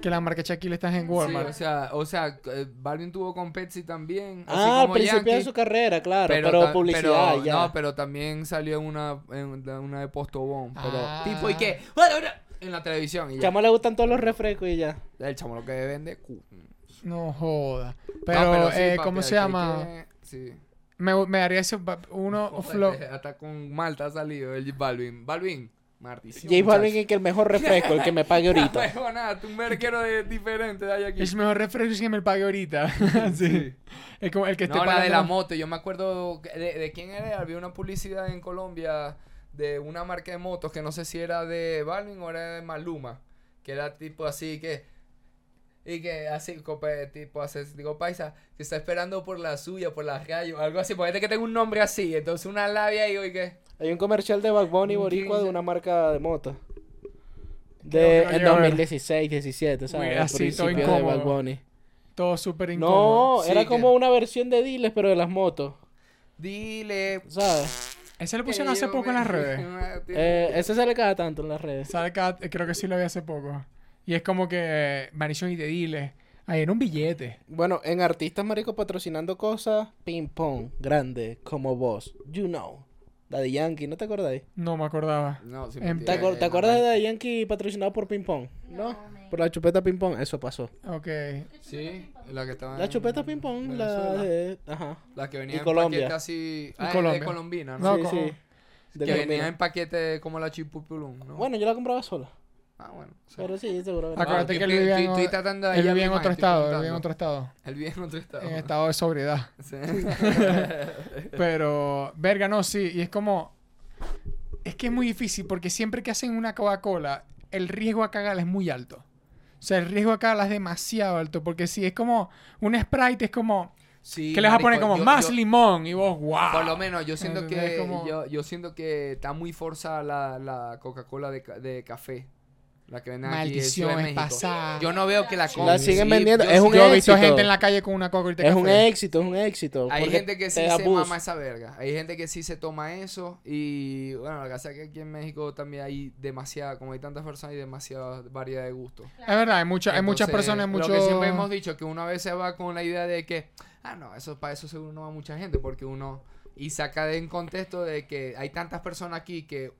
[SPEAKER 3] que la marca Shaquille está en
[SPEAKER 1] O
[SPEAKER 3] Walmart.
[SPEAKER 1] sea, o sea, eh, Balvin tuvo con Pepsi también. así
[SPEAKER 2] ah, al
[SPEAKER 1] como
[SPEAKER 2] principio de
[SPEAKER 1] Yankee.
[SPEAKER 2] su carrera, claro, pero,
[SPEAKER 1] ta-
[SPEAKER 2] publicidad
[SPEAKER 1] pero-
[SPEAKER 2] ya.
[SPEAKER 1] No, pero también salió en una, en la- una de Postobón. Pero
[SPEAKER 3] Ah.
[SPEAKER 1] tipo, ¿y qué? Bueno, bueno, En la televisión. Y ya.
[SPEAKER 2] Chama le gustan todos los refrescos y ya.
[SPEAKER 1] El chamo lo que vende. cu-
[SPEAKER 3] No joda. Pero,
[SPEAKER 1] No, sí,
[SPEAKER 3] eh,
[SPEAKER 1] papi,
[SPEAKER 3] ¿cómo
[SPEAKER 1] hay
[SPEAKER 3] se
[SPEAKER 1] que-
[SPEAKER 3] llama?
[SPEAKER 1] Sí.
[SPEAKER 3] Me, me daría ese, pa- uno, flow.
[SPEAKER 1] Joder, Hasta con Malta ha salido el Balvin. Balvin, maldición.
[SPEAKER 2] J Balvin
[SPEAKER 1] muchacho.
[SPEAKER 2] es que el mejor refresco, el que me pague ahorita.
[SPEAKER 1] No, nada, tú un merquero de, diferente de ahí aquí.
[SPEAKER 3] Es mejor refresco que me pague ahorita. sí. Es como el
[SPEAKER 2] Este
[SPEAKER 3] que esté
[SPEAKER 1] No, la de
[SPEAKER 3] pagando
[SPEAKER 1] la
[SPEAKER 3] más.
[SPEAKER 1] moto. Yo me acuerdo que- de, de quién era. Había una publicidad en Colombia de una marca de motos que no sé si era de Balvin o era de Maluma. Que era tipo así que. Y que así, cope- tipo, así, digo, paisa, que está esperando por la suya, por las rayos, algo así. Porque es que tengo un nombre así. Entonces una labia y oye que.
[SPEAKER 2] Hay un comercial de Bad Bunny boricua de una marca de moto. De
[SPEAKER 3] Creo que
[SPEAKER 2] en
[SPEAKER 3] lo llegué a ver.
[SPEAKER 2] 2016, 17, ¿sabes?
[SPEAKER 3] Uy,
[SPEAKER 2] Al
[SPEAKER 3] así, todo
[SPEAKER 2] principio de Bad
[SPEAKER 3] incómodo.
[SPEAKER 2] Bunny.
[SPEAKER 3] Todo súper incómodo.
[SPEAKER 2] No, eh,
[SPEAKER 1] Sí,
[SPEAKER 2] era
[SPEAKER 1] que-
[SPEAKER 2] como una versión de Diles, pero de las motos,
[SPEAKER 1] Dile.
[SPEAKER 2] ¿sabes?
[SPEAKER 3] Ese lo pusieron hace poco en las redes.
[SPEAKER 2] Eh, ese sale cada tanto en las redes.
[SPEAKER 3] ¿Sabe cada- Creo que sí lo vi hace poco. Y es como que Marichón y te diles. Ay, era un billete.
[SPEAKER 2] Bueno, en artistas, marico, patrocinando cosas, ping pong, grande, como vos, you know. Daddy Yankee, ¿no te acordáis?
[SPEAKER 3] No me acordaba.
[SPEAKER 1] No, sí,
[SPEAKER 3] Em,
[SPEAKER 2] ¿Te,
[SPEAKER 1] mentira,
[SPEAKER 2] acuer-
[SPEAKER 1] eh,
[SPEAKER 2] te
[SPEAKER 1] no,
[SPEAKER 2] acuerdas de
[SPEAKER 1] man.
[SPEAKER 2] Daddy Yankee patrocinado por ping pong? No. Por la chupeta ping pong, eso pasó.
[SPEAKER 3] Ok.
[SPEAKER 1] Sí, la que estaba.
[SPEAKER 2] La
[SPEAKER 1] en
[SPEAKER 2] chupeta ping pong, la
[SPEAKER 1] Venezuela.
[SPEAKER 2] de... Ajá.
[SPEAKER 1] La que venía
[SPEAKER 2] Y
[SPEAKER 1] en
[SPEAKER 2] Colombia.
[SPEAKER 1] paquete así. Ah, es de
[SPEAKER 3] Colombia.
[SPEAKER 1] Colombina, ¿no?
[SPEAKER 3] No,
[SPEAKER 2] sí,
[SPEAKER 3] co-
[SPEAKER 2] sí. De
[SPEAKER 1] que
[SPEAKER 2] Colombia.
[SPEAKER 1] venía en paquete como la chipupulum, ¿no?
[SPEAKER 2] Bueno, yo la compraba sola.
[SPEAKER 1] Ah, bueno. o sea,
[SPEAKER 2] Pero sí, seguramente.
[SPEAKER 1] Acu-
[SPEAKER 3] Acuérdate
[SPEAKER 1] estoy-
[SPEAKER 3] que él vivía
[SPEAKER 1] estoy-
[SPEAKER 3] en,
[SPEAKER 1] estoy
[SPEAKER 3] o-
[SPEAKER 1] tratando de
[SPEAKER 3] él
[SPEAKER 1] hallar
[SPEAKER 3] vivía en
[SPEAKER 1] mi
[SPEAKER 3] otro
[SPEAKER 1] imagen, estoy
[SPEAKER 3] estado, él vivía en
[SPEAKER 1] contando.
[SPEAKER 3] otro estado,
[SPEAKER 1] él vive en otro estado.
[SPEAKER 3] en estado de sobriedad.
[SPEAKER 1] Sí.
[SPEAKER 3] Pero, verga, no, sí, y es como, es que es muy difícil porque siempre que hacen una Coca-Cola, el riesgo a cagarla es muy alto. O sea, el riesgo a cagarla es demasiado alto porque si es como un Sprite, es como,
[SPEAKER 1] Sí,
[SPEAKER 3] que les va a poner
[SPEAKER 1] marico,
[SPEAKER 3] como
[SPEAKER 1] yo-
[SPEAKER 3] más
[SPEAKER 1] yo-
[SPEAKER 3] limón y vos, wow.
[SPEAKER 1] Por lo menos, yo siento
[SPEAKER 3] Entonces,
[SPEAKER 1] que
[SPEAKER 3] como-
[SPEAKER 1] yo, yo siento que está muy forzada la, la Coca-Cola de, ca- de café. La que venden aquí en Ciudad de
[SPEAKER 3] Maldición, es
[SPEAKER 1] México.
[SPEAKER 3] pasada.
[SPEAKER 1] Yo no veo que la
[SPEAKER 4] La
[SPEAKER 1] compren.
[SPEAKER 2] siguen
[SPEAKER 1] Sí,
[SPEAKER 2] vendiendo,
[SPEAKER 1] yo
[SPEAKER 2] es
[SPEAKER 1] sí-
[SPEAKER 2] un
[SPEAKER 3] Yo he visto
[SPEAKER 2] éxito.
[SPEAKER 3] gente en la calle con una Coca-Cola.
[SPEAKER 2] Ah, Es un éxito, es un éxito.
[SPEAKER 1] Hay
[SPEAKER 2] porque
[SPEAKER 1] gente que sí
[SPEAKER 2] te da
[SPEAKER 1] se
[SPEAKER 2] boost.
[SPEAKER 1] mama esa verga. Hay gente que sí se toma eso. Y bueno, lo que pasa es que aquí en México también hay demasiada, como hay tantas personas, hay demasiada variedad de gustos.
[SPEAKER 3] Es verdad, hay, mucha- hay muchas
[SPEAKER 1] Entonces,
[SPEAKER 3] personas, muchos...
[SPEAKER 1] Lo que siempre hemos dicho, que uno a veces va con la idea de que, ah, no, eso para eso seguro no va mucha gente, porque uno. Y saca de en contexto de que hay tantas personas aquí que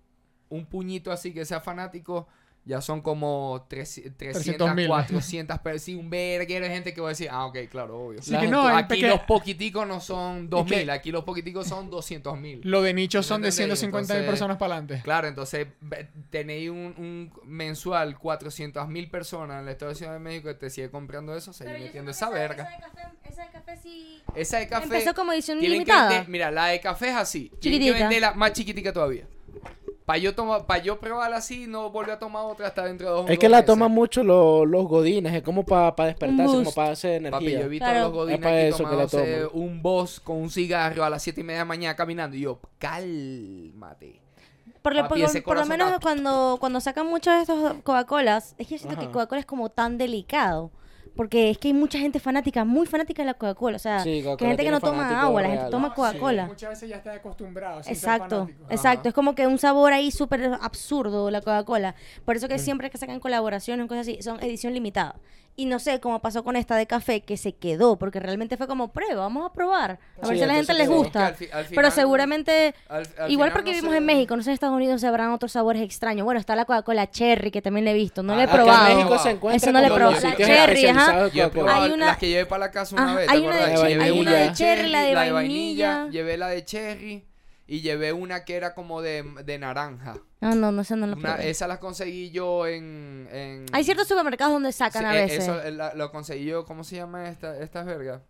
[SPEAKER 1] un puñito así que sea fanático. Ya son como 300,
[SPEAKER 3] 300.000.
[SPEAKER 1] 400 personas. Sí, un verguero de gente que va a decir, ah, ok, claro, obvio.
[SPEAKER 3] Sí,
[SPEAKER 2] La
[SPEAKER 3] que
[SPEAKER 2] gente-
[SPEAKER 3] no, hay
[SPEAKER 1] aquí
[SPEAKER 3] peque-
[SPEAKER 1] los poquiticos no son
[SPEAKER 3] Es que-
[SPEAKER 1] 2000, aquí los poquiticos son 200.000.
[SPEAKER 3] Lo de nicho son de
[SPEAKER 1] ¿Entendéis?
[SPEAKER 3] 150 mil
[SPEAKER 1] Entonces-
[SPEAKER 3] personas para adelante.
[SPEAKER 1] Claro, entonces ve- tenéis un, un mensual 400.000 personas en la Estado de Ciudad de México que te sigue comprando eso,
[SPEAKER 4] Pero
[SPEAKER 1] seguís
[SPEAKER 4] yo
[SPEAKER 1] metiendo esa
[SPEAKER 4] siento que
[SPEAKER 1] verga.
[SPEAKER 4] Esa de café, esa de café sí...
[SPEAKER 1] Esa de café.
[SPEAKER 4] Empezó como edición
[SPEAKER 1] tienen que
[SPEAKER 4] limitada.
[SPEAKER 1] vender- mira, la de café es así. Tienen que
[SPEAKER 4] Chiquitita.
[SPEAKER 1] venderla más chiquitica todavía. Para yo, toma- pa yo probarla así y no volver a tomar otra hasta dentro de dos
[SPEAKER 2] Es
[SPEAKER 1] dos
[SPEAKER 2] que la
[SPEAKER 1] meses.
[SPEAKER 2] toman mucho lo- los godines, es como para despertarse, como
[SPEAKER 4] boost.
[SPEAKER 2] para hacer
[SPEAKER 1] Papi, yo
[SPEAKER 2] energía.
[SPEAKER 1] he visto
[SPEAKER 4] Claro.
[SPEAKER 1] a los godines
[SPEAKER 2] Es pa'
[SPEAKER 1] aquí
[SPEAKER 2] eso que la
[SPEAKER 1] tomándose
[SPEAKER 2] toman.
[SPEAKER 1] un boss con un cigarro a las 7 y media de la mañana caminando. Y yo, cálmate.
[SPEAKER 4] Por, lo-
[SPEAKER 1] Papi,
[SPEAKER 4] por lo-
[SPEAKER 1] ese
[SPEAKER 4] por lo
[SPEAKER 1] corazón
[SPEAKER 4] menos
[SPEAKER 1] está-
[SPEAKER 4] cuando, cuando sacan muchos de estos Coca-Colas, es que yo siento
[SPEAKER 2] Ajá.
[SPEAKER 4] que Coca-Cola es como tan delicado. Porque es que hay mucha gente fanática, muy fanática de la Coca-Cola. O sea,
[SPEAKER 2] Sí,
[SPEAKER 4] que hay
[SPEAKER 2] Coca-Cola
[SPEAKER 4] gente que
[SPEAKER 2] tiene
[SPEAKER 4] no toma
[SPEAKER 2] fanáticos
[SPEAKER 4] agua, la gente
[SPEAKER 2] reales.
[SPEAKER 4] toma Coca-Cola.
[SPEAKER 3] muchas veces ya está acostumbrado.
[SPEAKER 4] Exacto, exacto. Es como que un sabor ahí súper absurdo la Coca-Cola. Por eso que
[SPEAKER 1] Mm.
[SPEAKER 4] siempre que sacan colaboraciones, cosas así, son edición limitada. Y no sé cómo pasó con esta de café que se quedó, porque realmente fue como prueba, vamos a probar. A
[SPEAKER 2] Sí,
[SPEAKER 4] ver si a la
[SPEAKER 2] entonces
[SPEAKER 4] gente les
[SPEAKER 2] quedó.
[SPEAKER 1] Es que
[SPEAKER 4] gusta.
[SPEAKER 1] al fi- al
[SPEAKER 4] Pero
[SPEAKER 1] final-
[SPEAKER 4] seguramente
[SPEAKER 1] Al- al
[SPEAKER 4] Igual
[SPEAKER 1] final
[SPEAKER 4] porque
[SPEAKER 1] no
[SPEAKER 4] vivimos
[SPEAKER 1] sé-
[SPEAKER 4] en México, no sé en Estados Unidos se habrán otros sabores extraños. Bueno, está la Coca-Cola Cherry, que también la he visto, no la he
[SPEAKER 1] Ah, acá en
[SPEAKER 4] probado.
[SPEAKER 2] en México se
[SPEAKER 1] Eso
[SPEAKER 2] encuentra
[SPEAKER 4] no le
[SPEAKER 2] como
[SPEAKER 1] probé.
[SPEAKER 2] los
[SPEAKER 1] La
[SPEAKER 2] sitios
[SPEAKER 1] cherry,
[SPEAKER 2] especializados
[SPEAKER 4] ajá.
[SPEAKER 2] de
[SPEAKER 1] Yo he
[SPEAKER 2] Coca-Cola.
[SPEAKER 1] probado
[SPEAKER 4] Hay una-
[SPEAKER 1] las que llevé para la casa una
[SPEAKER 4] Ajá,
[SPEAKER 1] vez.
[SPEAKER 4] hay
[SPEAKER 1] ¿te
[SPEAKER 4] una de-
[SPEAKER 1] acuerdas?
[SPEAKER 2] hay
[SPEAKER 1] Llevé
[SPEAKER 2] una de
[SPEAKER 4] cherry, la de vainilla.
[SPEAKER 1] Llevé la de cherry y llevé una que era como de, de naranja.
[SPEAKER 4] No, Ah, no, no sé, no la
[SPEAKER 1] Una-
[SPEAKER 4] probé.
[SPEAKER 1] esa las conseguí yo en... en-
[SPEAKER 4] Hay ciertos supermercados donde
[SPEAKER 1] Sí,
[SPEAKER 4] sacan a
[SPEAKER 1] eh,
[SPEAKER 4] veces.
[SPEAKER 1] Eso eh, la- lo conseguí yo, ¿cómo se llama esta, estas vergas?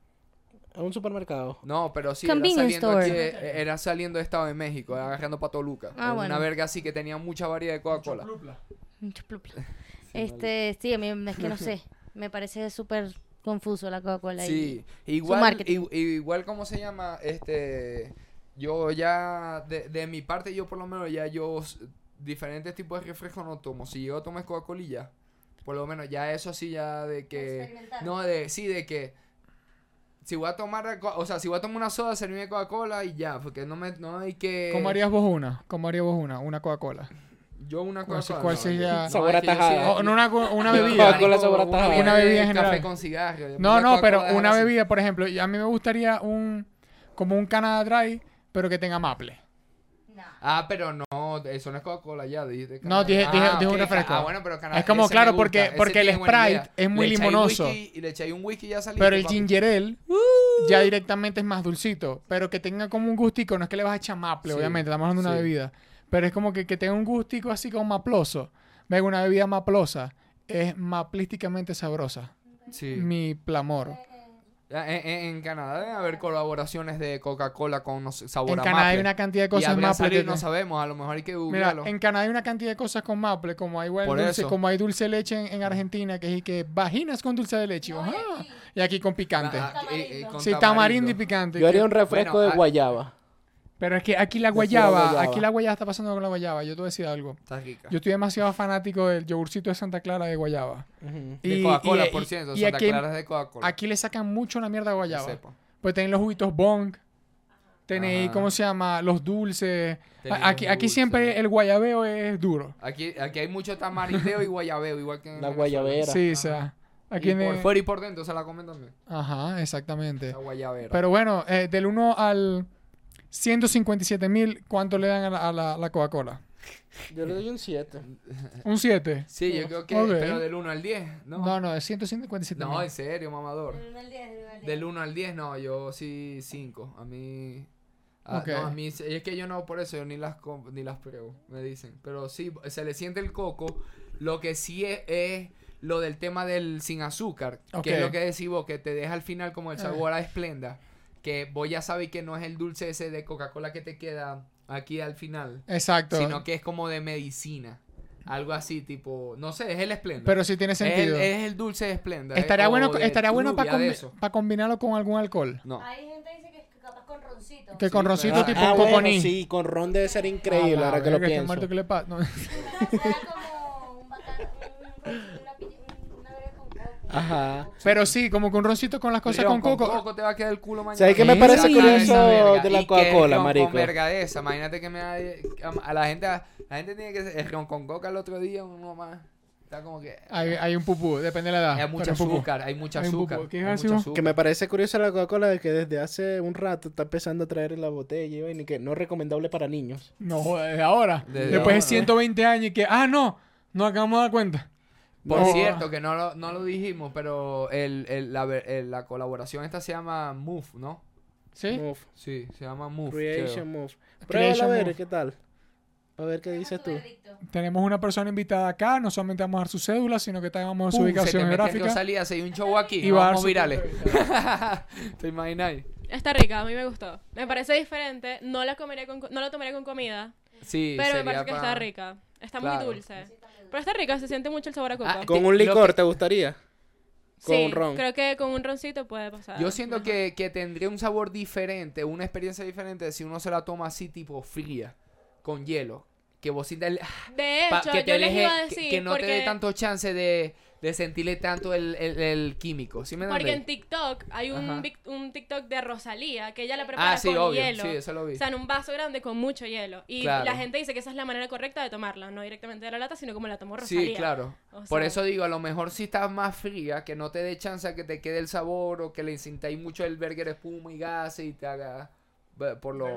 [SPEAKER 2] Es un supermercado.
[SPEAKER 1] No, pero sí, era
[SPEAKER 4] Convenience
[SPEAKER 1] saliendo, aquí,
[SPEAKER 4] store.
[SPEAKER 1] eh, era saliendo de Estado de México, agarrando para Toluca.
[SPEAKER 4] Ah,
[SPEAKER 1] Era Una
[SPEAKER 4] bueno.
[SPEAKER 1] verga así que tenía mucha variedad de Coca-Cola.
[SPEAKER 4] Mucho plupla. este, sí, a mí es que no sé. Me parece súper confuso la Coca-Cola.
[SPEAKER 1] Sí,
[SPEAKER 4] Su
[SPEAKER 1] igual,
[SPEAKER 4] marketing.
[SPEAKER 1] i- igual como se llama, este, yo ya, de, de mi parte, yo por lo menos ya yo s- diferentes tipos de refrescos no tomo. Si yo tomo es Coca-Cola y ya, por lo menos ya eso sí ya de que,
[SPEAKER 4] Experimentar.
[SPEAKER 1] no, de, sí, de que, si voy a tomar, co- o sea, si voy a tomar una soda, servirme de Coca-Cola y ya, porque no me, no hay que...
[SPEAKER 3] ¿Cómo harías vos una? ¿Cómo harías vos una? Una Coca-Cola.
[SPEAKER 1] Yo una
[SPEAKER 3] ¿Cuál se-
[SPEAKER 1] Coca-Cola.
[SPEAKER 3] cuál
[SPEAKER 1] no,
[SPEAKER 3] sería-
[SPEAKER 1] yo-
[SPEAKER 2] Sabor
[SPEAKER 1] es que yo sí-
[SPEAKER 2] atajada.
[SPEAKER 3] O, no, una, co- una
[SPEAKER 1] yo-
[SPEAKER 3] bebida.
[SPEAKER 2] Coca-Cola
[SPEAKER 1] marico,
[SPEAKER 2] sabor
[SPEAKER 1] una
[SPEAKER 2] atajada.
[SPEAKER 3] Una bebida en
[SPEAKER 1] Café
[SPEAKER 3] general.
[SPEAKER 1] con cigarro.
[SPEAKER 3] No,
[SPEAKER 1] Una
[SPEAKER 3] no, pero
[SPEAKER 1] Coca-Cola
[SPEAKER 3] una
[SPEAKER 1] así.
[SPEAKER 3] bebida, por ejemplo, a mí me gustaría un como un Canada Dry, pero que tenga maple.
[SPEAKER 1] Ah, pero no, eso no es Coca-Cola ya, dijiste.
[SPEAKER 3] No, dije-
[SPEAKER 1] Ah,
[SPEAKER 3] dije- dije un
[SPEAKER 1] ok.
[SPEAKER 3] refresco.
[SPEAKER 1] Ah, bueno, pero Canadá-
[SPEAKER 3] Es como,
[SPEAKER 1] ese me
[SPEAKER 3] claro,
[SPEAKER 1] gusta,
[SPEAKER 3] porque-
[SPEAKER 1] ese
[SPEAKER 3] porque el
[SPEAKER 1] tiene buena
[SPEAKER 3] Sprite
[SPEAKER 1] idea.
[SPEAKER 3] es muy
[SPEAKER 1] Le echáis
[SPEAKER 3] limonoso.
[SPEAKER 1] whisky Y le echáis un whisky y ya saliste,
[SPEAKER 3] Pero el
[SPEAKER 1] papi. Uh.
[SPEAKER 3] ginger ale ya directamente es más dulcito, pero que tenga como un gustico, no es que le vas a echar maple,
[SPEAKER 1] Sí,
[SPEAKER 3] obviamente, estamos hablando de una
[SPEAKER 1] sí.
[SPEAKER 3] bebida, pero es como que, que tenga un gustico así como maploso. Venga, una bebida maplosa es maplísticamente sabrosa.
[SPEAKER 1] Sí.
[SPEAKER 3] Mi plamor.
[SPEAKER 1] Ya, En, en- en Canadá deben haber colaboraciones de Coca-Cola con unos sabor
[SPEAKER 3] En
[SPEAKER 1] a
[SPEAKER 3] Canadá hay
[SPEAKER 1] maple.
[SPEAKER 3] una cantidad de
[SPEAKER 1] Y
[SPEAKER 3] cosas
[SPEAKER 1] habrá
[SPEAKER 3] maple.
[SPEAKER 1] salido
[SPEAKER 3] que-
[SPEAKER 1] y no sabemos, a lo mejor hay que
[SPEAKER 3] Mira,
[SPEAKER 1] googlearlo. Ah,
[SPEAKER 3] en Canadá hay una cantidad de cosas con maple, como hay, buen
[SPEAKER 1] Por
[SPEAKER 3] dulce,
[SPEAKER 1] eso.
[SPEAKER 3] como hay dulce leche en, en Argentina, que es y que vaginas con dulce de leche. ajá, y aquí con picante.
[SPEAKER 1] Ah, ah, eh, eh, con
[SPEAKER 3] sí, tamarindo y picante.
[SPEAKER 2] Yo haría un refresco
[SPEAKER 1] Bueno,
[SPEAKER 2] de
[SPEAKER 1] ah,
[SPEAKER 2] guayaba.
[SPEAKER 3] Pero es que aquí la
[SPEAKER 2] Yo quiero
[SPEAKER 3] guayaba,
[SPEAKER 2] guayaba.
[SPEAKER 3] aquí la guayaba está pasando con la guayaba. Yo te voy a decir algo.
[SPEAKER 1] Está rica.
[SPEAKER 3] Yo estoy demasiado fanático del yogurcito de Santa Clara de guayaba.
[SPEAKER 2] Ujú.
[SPEAKER 1] De
[SPEAKER 3] Y-
[SPEAKER 1] Coca-Cola,
[SPEAKER 3] y-
[SPEAKER 1] por
[SPEAKER 3] y-
[SPEAKER 1] cierto.
[SPEAKER 3] y
[SPEAKER 1] Santa
[SPEAKER 3] aquí,
[SPEAKER 1] Clara es de Coca-Cola.
[SPEAKER 3] aquí le sacan mucho una mierda de
[SPEAKER 1] que
[SPEAKER 3] guayaba.
[SPEAKER 1] sepa.
[SPEAKER 3] Pues tenéis los juguitos bong. Tenéis,
[SPEAKER 1] Ajá.
[SPEAKER 3] ¿cómo se llama? Los dulces.
[SPEAKER 1] Tenéis
[SPEAKER 3] A- Aquí,
[SPEAKER 1] los
[SPEAKER 3] aquí
[SPEAKER 1] dulces.
[SPEAKER 3] siempre el guayabeo es duro.
[SPEAKER 1] Aquí, aquí hay mucho tamarindeo y guayabeo, igual que en
[SPEAKER 2] La
[SPEAKER 1] Venezuela.
[SPEAKER 2] guayabera.
[SPEAKER 3] Sí, o sea. Aquí
[SPEAKER 1] Y
[SPEAKER 3] en
[SPEAKER 1] por
[SPEAKER 3] el-
[SPEAKER 1] fuera y por dentro se la comen también.
[SPEAKER 3] Ajá, exactamente.
[SPEAKER 1] La guayabera.
[SPEAKER 3] Pero bueno, eh, del 1 al 157 mil, ¿cuánto le dan a la, a la- la Coca-Cola?
[SPEAKER 2] Yo le doy un 7.
[SPEAKER 3] ¿Un 7?
[SPEAKER 1] Sí, yo creo que.
[SPEAKER 3] Ok.
[SPEAKER 1] Pero del 1 al 10, Eh, ¿no?
[SPEAKER 3] No, no, es 157
[SPEAKER 1] No,
[SPEAKER 3] mil.
[SPEAKER 1] en serio, mamador. Del 1 al 10, no, yo sí 5. A mí. ah,
[SPEAKER 3] Ok.
[SPEAKER 1] no, a mí. se- Es que yo no, por eso yo ni las, com- ni las pruebo, me dicen. Pero sí, se le siente el coco. Lo que sí es, es lo del tema del sin azúcar, que es
[SPEAKER 3] Ok.
[SPEAKER 1] lo que decís vos, que te deja al final como el
[SPEAKER 3] Ah.
[SPEAKER 1] sabor a esplenda. Que vos ya sabes que no es el dulce ese de Coca-Cola que te queda aquí al final,
[SPEAKER 3] Exacto.
[SPEAKER 1] sino que es como de medicina. Algo así, tipo, no sé, es el esplenda.
[SPEAKER 3] Pero sí tiene
[SPEAKER 1] es el,
[SPEAKER 3] sentido.
[SPEAKER 1] es el dulce de esplenda. es
[SPEAKER 3] estaría
[SPEAKER 1] como
[SPEAKER 3] bueno,
[SPEAKER 1] de
[SPEAKER 3] estaría bueno para
[SPEAKER 1] truvia de eso.
[SPEAKER 3] combinarlo con algún alcohol.
[SPEAKER 1] No.
[SPEAKER 4] Hay gente que dice que es capaz con roncito.
[SPEAKER 3] Que con rosito
[SPEAKER 1] ¿verdad?
[SPEAKER 3] tipo
[SPEAKER 2] ah, bueno,
[SPEAKER 3] coconí.
[SPEAKER 2] sí, con ron debe ser
[SPEAKER 3] Ah,
[SPEAKER 2] increíble,
[SPEAKER 3] la
[SPEAKER 2] ahora que lo
[SPEAKER 1] este
[SPEAKER 3] verga, estoy
[SPEAKER 2] pienso.
[SPEAKER 3] muerto, ¿qué le pasa? No.
[SPEAKER 4] Será como un bacán, un roncito, una, pi- una bebida con coco.
[SPEAKER 2] Ajá.
[SPEAKER 3] Pero sí, como que un roncito con las cosas
[SPEAKER 1] León,
[SPEAKER 3] con coco.
[SPEAKER 1] te va a quedar el culo mañana.
[SPEAKER 2] ¿Sabes qué me
[SPEAKER 1] Y
[SPEAKER 2] parece
[SPEAKER 1] saca
[SPEAKER 2] curioso
[SPEAKER 1] esa verga.
[SPEAKER 2] de la
[SPEAKER 1] ¿Y qué
[SPEAKER 2] Coca-Cola,
[SPEAKER 1] ron con
[SPEAKER 2] marico?
[SPEAKER 1] verga de esa. Imagínate que me da, a la gente la gente tiene que ser el ron con coca el otro día uno más. Está como que
[SPEAKER 3] Hay, hay un pupú, depende de la edad.
[SPEAKER 1] hay mucha
[SPEAKER 3] pero un pupú.
[SPEAKER 1] azúcar, hay mucha
[SPEAKER 3] Hay un
[SPEAKER 1] azúcar.
[SPEAKER 3] poco. ¿Qué es
[SPEAKER 1] hay
[SPEAKER 3] así,
[SPEAKER 1] mucha
[SPEAKER 3] vos?
[SPEAKER 1] azúcar.
[SPEAKER 2] Que me parece curioso la Coca-Cola de que desde hace un rato está empezando a traer la botella y vaina, y que no es recomendable para niños.
[SPEAKER 3] No, joder, desde ahora.
[SPEAKER 1] Desde
[SPEAKER 3] Después de
[SPEAKER 1] ahora.
[SPEAKER 3] 120 años y que, ah, no, no acabamos de dar cuenta.
[SPEAKER 1] Por
[SPEAKER 3] No.
[SPEAKER 1] cierto, que no lo, no lo dijimos, pero el, el- la, ver- el- la colaboración esta se llama Move, ¿no?
[SPEAKER 3] ¿Sí?
[SPEAKER 2] Move.
[SPEAKER 1] Sí, se llama Move. creo.
[SPEAKER 2] Creation Move. Pruébala a
[SPEAKER 3] Creation
[SPEAKER 2] ver
[SPEAKER 3] Move.
[SPEAKER 2] qué tal. A ver qué dices tú.
[SPEAKER 3] Tenemos una persona invitada acá, no solamente vamos a dar su cédula, sino que también vamos a dar su
[SPEAKER 1] Pum, se te
[SPEAKER 3] ubicación
[SPEAKER 1] mete
[SPEAKER 3] geográfica.
[SPEAKER 1] Rosalía, se dio un show aquí,
[SPEAKER 3] Y
[SPEAKER 1] nos
[SPEAKER 3] va a dar
[SPEAKER 1] vamos
[SPEAKER 3] su-
[SPEAKER 1] virales. ¿Te imagináis?
[SPEAKER 5] Está rica, a mí me gustó. Me parece diferente, no la comería con, co- no la tomaría con comida,
[SPEAKER 1] Sí,
[SPEAKER 5] pero me
[SPEAKER 1] sería
[SPEAKER 5] parece que
[SPEAKER 1] pa-
[SPEAKER 5] está rica. Está
[SPEAKER 1] Claro.
[SPEAKER 5] muy dulce. Pero está rica, se siente mucho el sabor a coco.
[SPEAKER 1] Ah,
[SPEAKER 2] ¿Con
[SPEAKER 1] Te-
[SPEAKER 2] un
[SPEAKER 1] lo
[SPEAKER 2] licor
[SPEAKER 1] que-
[SPEAKER 2] te gustaría? Con
[SPEAKER 5] sí,
[SPEAKER 2] un ron.
[SPEAKER 5] creo que con un roncito puede pasar.
[SPEAKER 1] Yo siento
[SPEAKER 5] Ajá.
[SPEAKER 1] que, que tendría un sabor diferente, una experiencia diferente si uno se la toma así tipo fría, con hielo. Que vos sientas el-
[SPEAKER 5] De
[SPEAKER 1] pa-
[SPEAKER 5] hecho,
[SPEAKER 1] que
[SPEAKER 5] yo les
[SPEAKER 1] deje-
[SPEAKER 5] iba a
[SPEAKER 1] que-
[SPEAKER 5] decir
[SPEAKER 1] que, no
[SPEAKER 5] porque,
[SPEAKER 1] te dé tanto chance de, de sentirle tanto el, el- el químico. ¿Sí me
[SPEAKER 5] porque en
[SPEAKER 1] entiendes?
[SPEAKER 5] TikTok hay
[SPEAKER 1] Ajá.
[SPEAKER 5] un, vic- un TikTok de Rosalía que ella la prepara
[SPEAKER 1] Ah, sí,
[SPEAKER 5] con
[SPEAKER 1] obvio.
[SPEAKER 5] hielo.
[SPEAKER 1] Sí, eso lo vi.
[SPEAKER 5] O sea, en un vaso grande con mucho hielo. Y
[SPEAKER 1] Claro.
[SPEAKER 5] la gente dice que esa es la manera correcta de tomarla, no directamente de la lata, sino como la tomó Rosalía.
[SPEAKER 1] sí, claro.
[SPEAKER 5] O
[SPEAKER 1] Por
[SPEAKER 5] sea-
[SPEAKER 1] eso digo, a lo mejor si estás más fría, que no te dé chance a que te quede el sabor o que le sintáis mucho el burger espuma y gas y te haga eh, por lo...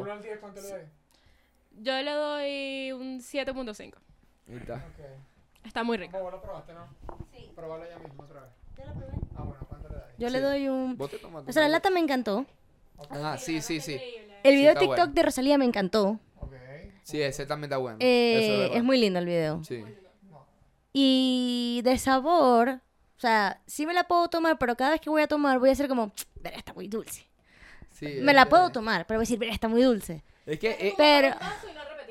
[SPEAKER 5] Yo le doy un 7.5.
[SPEAKER 1] Ahí está.
[SPEAKER 5] Está muy rico.
[SPEAKER 3] lo probaste, no?
[SPEAKER 4] Sí.
[SPEAKER 3] Probarlo ya mismo otra vez.
[SPEAKER 4] Yo lo probé.
[SPEAKER 3] Ah, bueno, ¿cuánto le das?
[SPEAKER 4] Yo le doy un...
[SPEAKER 1] ¿Vos te tomas
[SPEAKER 4] O sea, la
[SPEAKER 1] tu-
[SPEAKER 4] lata me encantó.
[SPEAKER 1] Ah, sí, sí, sí.
[SPEAKER 4] El
[SPEAKER 1] Sí,
[SPEAKER 4] video
[SPEAKER 1] está
[SPEAKER 4] TikTok
[SPEAKER 1] bueno.
[SPEAKER 4] de Rosalía me encantó.
[SPEAKER 3] Ok.
[SPEAKER 1] Sí, ese también está bueno.
[SPEAKER 4] Eh,
[SPEAKER 1] Eso verdad.
[SPEAKER 4] es muy lindo el video.
[SPEAKER 1] Sí.
[SPEAKER 4] Y de sabor, o sea, sí me la puedo tomar, pero cada vez que voy a tomar voy a ser como, verga, está muy dulce.
[SPEAKER 1] Sí,
[SPEAKER 4] Me
[SPEAKER 1] es
[SPEAKER 4] la
[SPEAKER 1] que-
[SPEAKER 4] puedo tomar, pero voy a decir, verga, está muy dulce.
[SPEAKER 1] Es que eh,
[SPEAKER 4] Pero,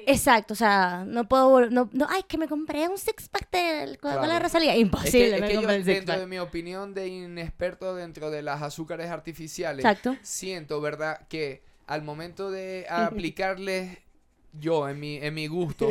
[SPEAKER 4] exacto, o sea, no puedo, vol- no, no, ay, es que me compré un six pack de Coca-Cola
[SPEAKER 1] Claro.
[SPEAKER 4] Rosalía.
[SPEAKER 1] es que-
[SPEAKER 4] Imposible,
[SPEAKER 1] es
[SPEAKER 4] me
[SPEAKER 1] que yo,
[SPEAKER 4] compré el six
[SPEAKER 1] dentro de
[SPEAKER 4] pack.
[SPEAKER 1] mi opinión de inexperto dentro de las azúcares artificiales,
[SPEAKER 4] Exacto.
[SPEAKER 1] siento, ¿verdad? Que al momento de aplicarle yo, en mi, en mi gusto,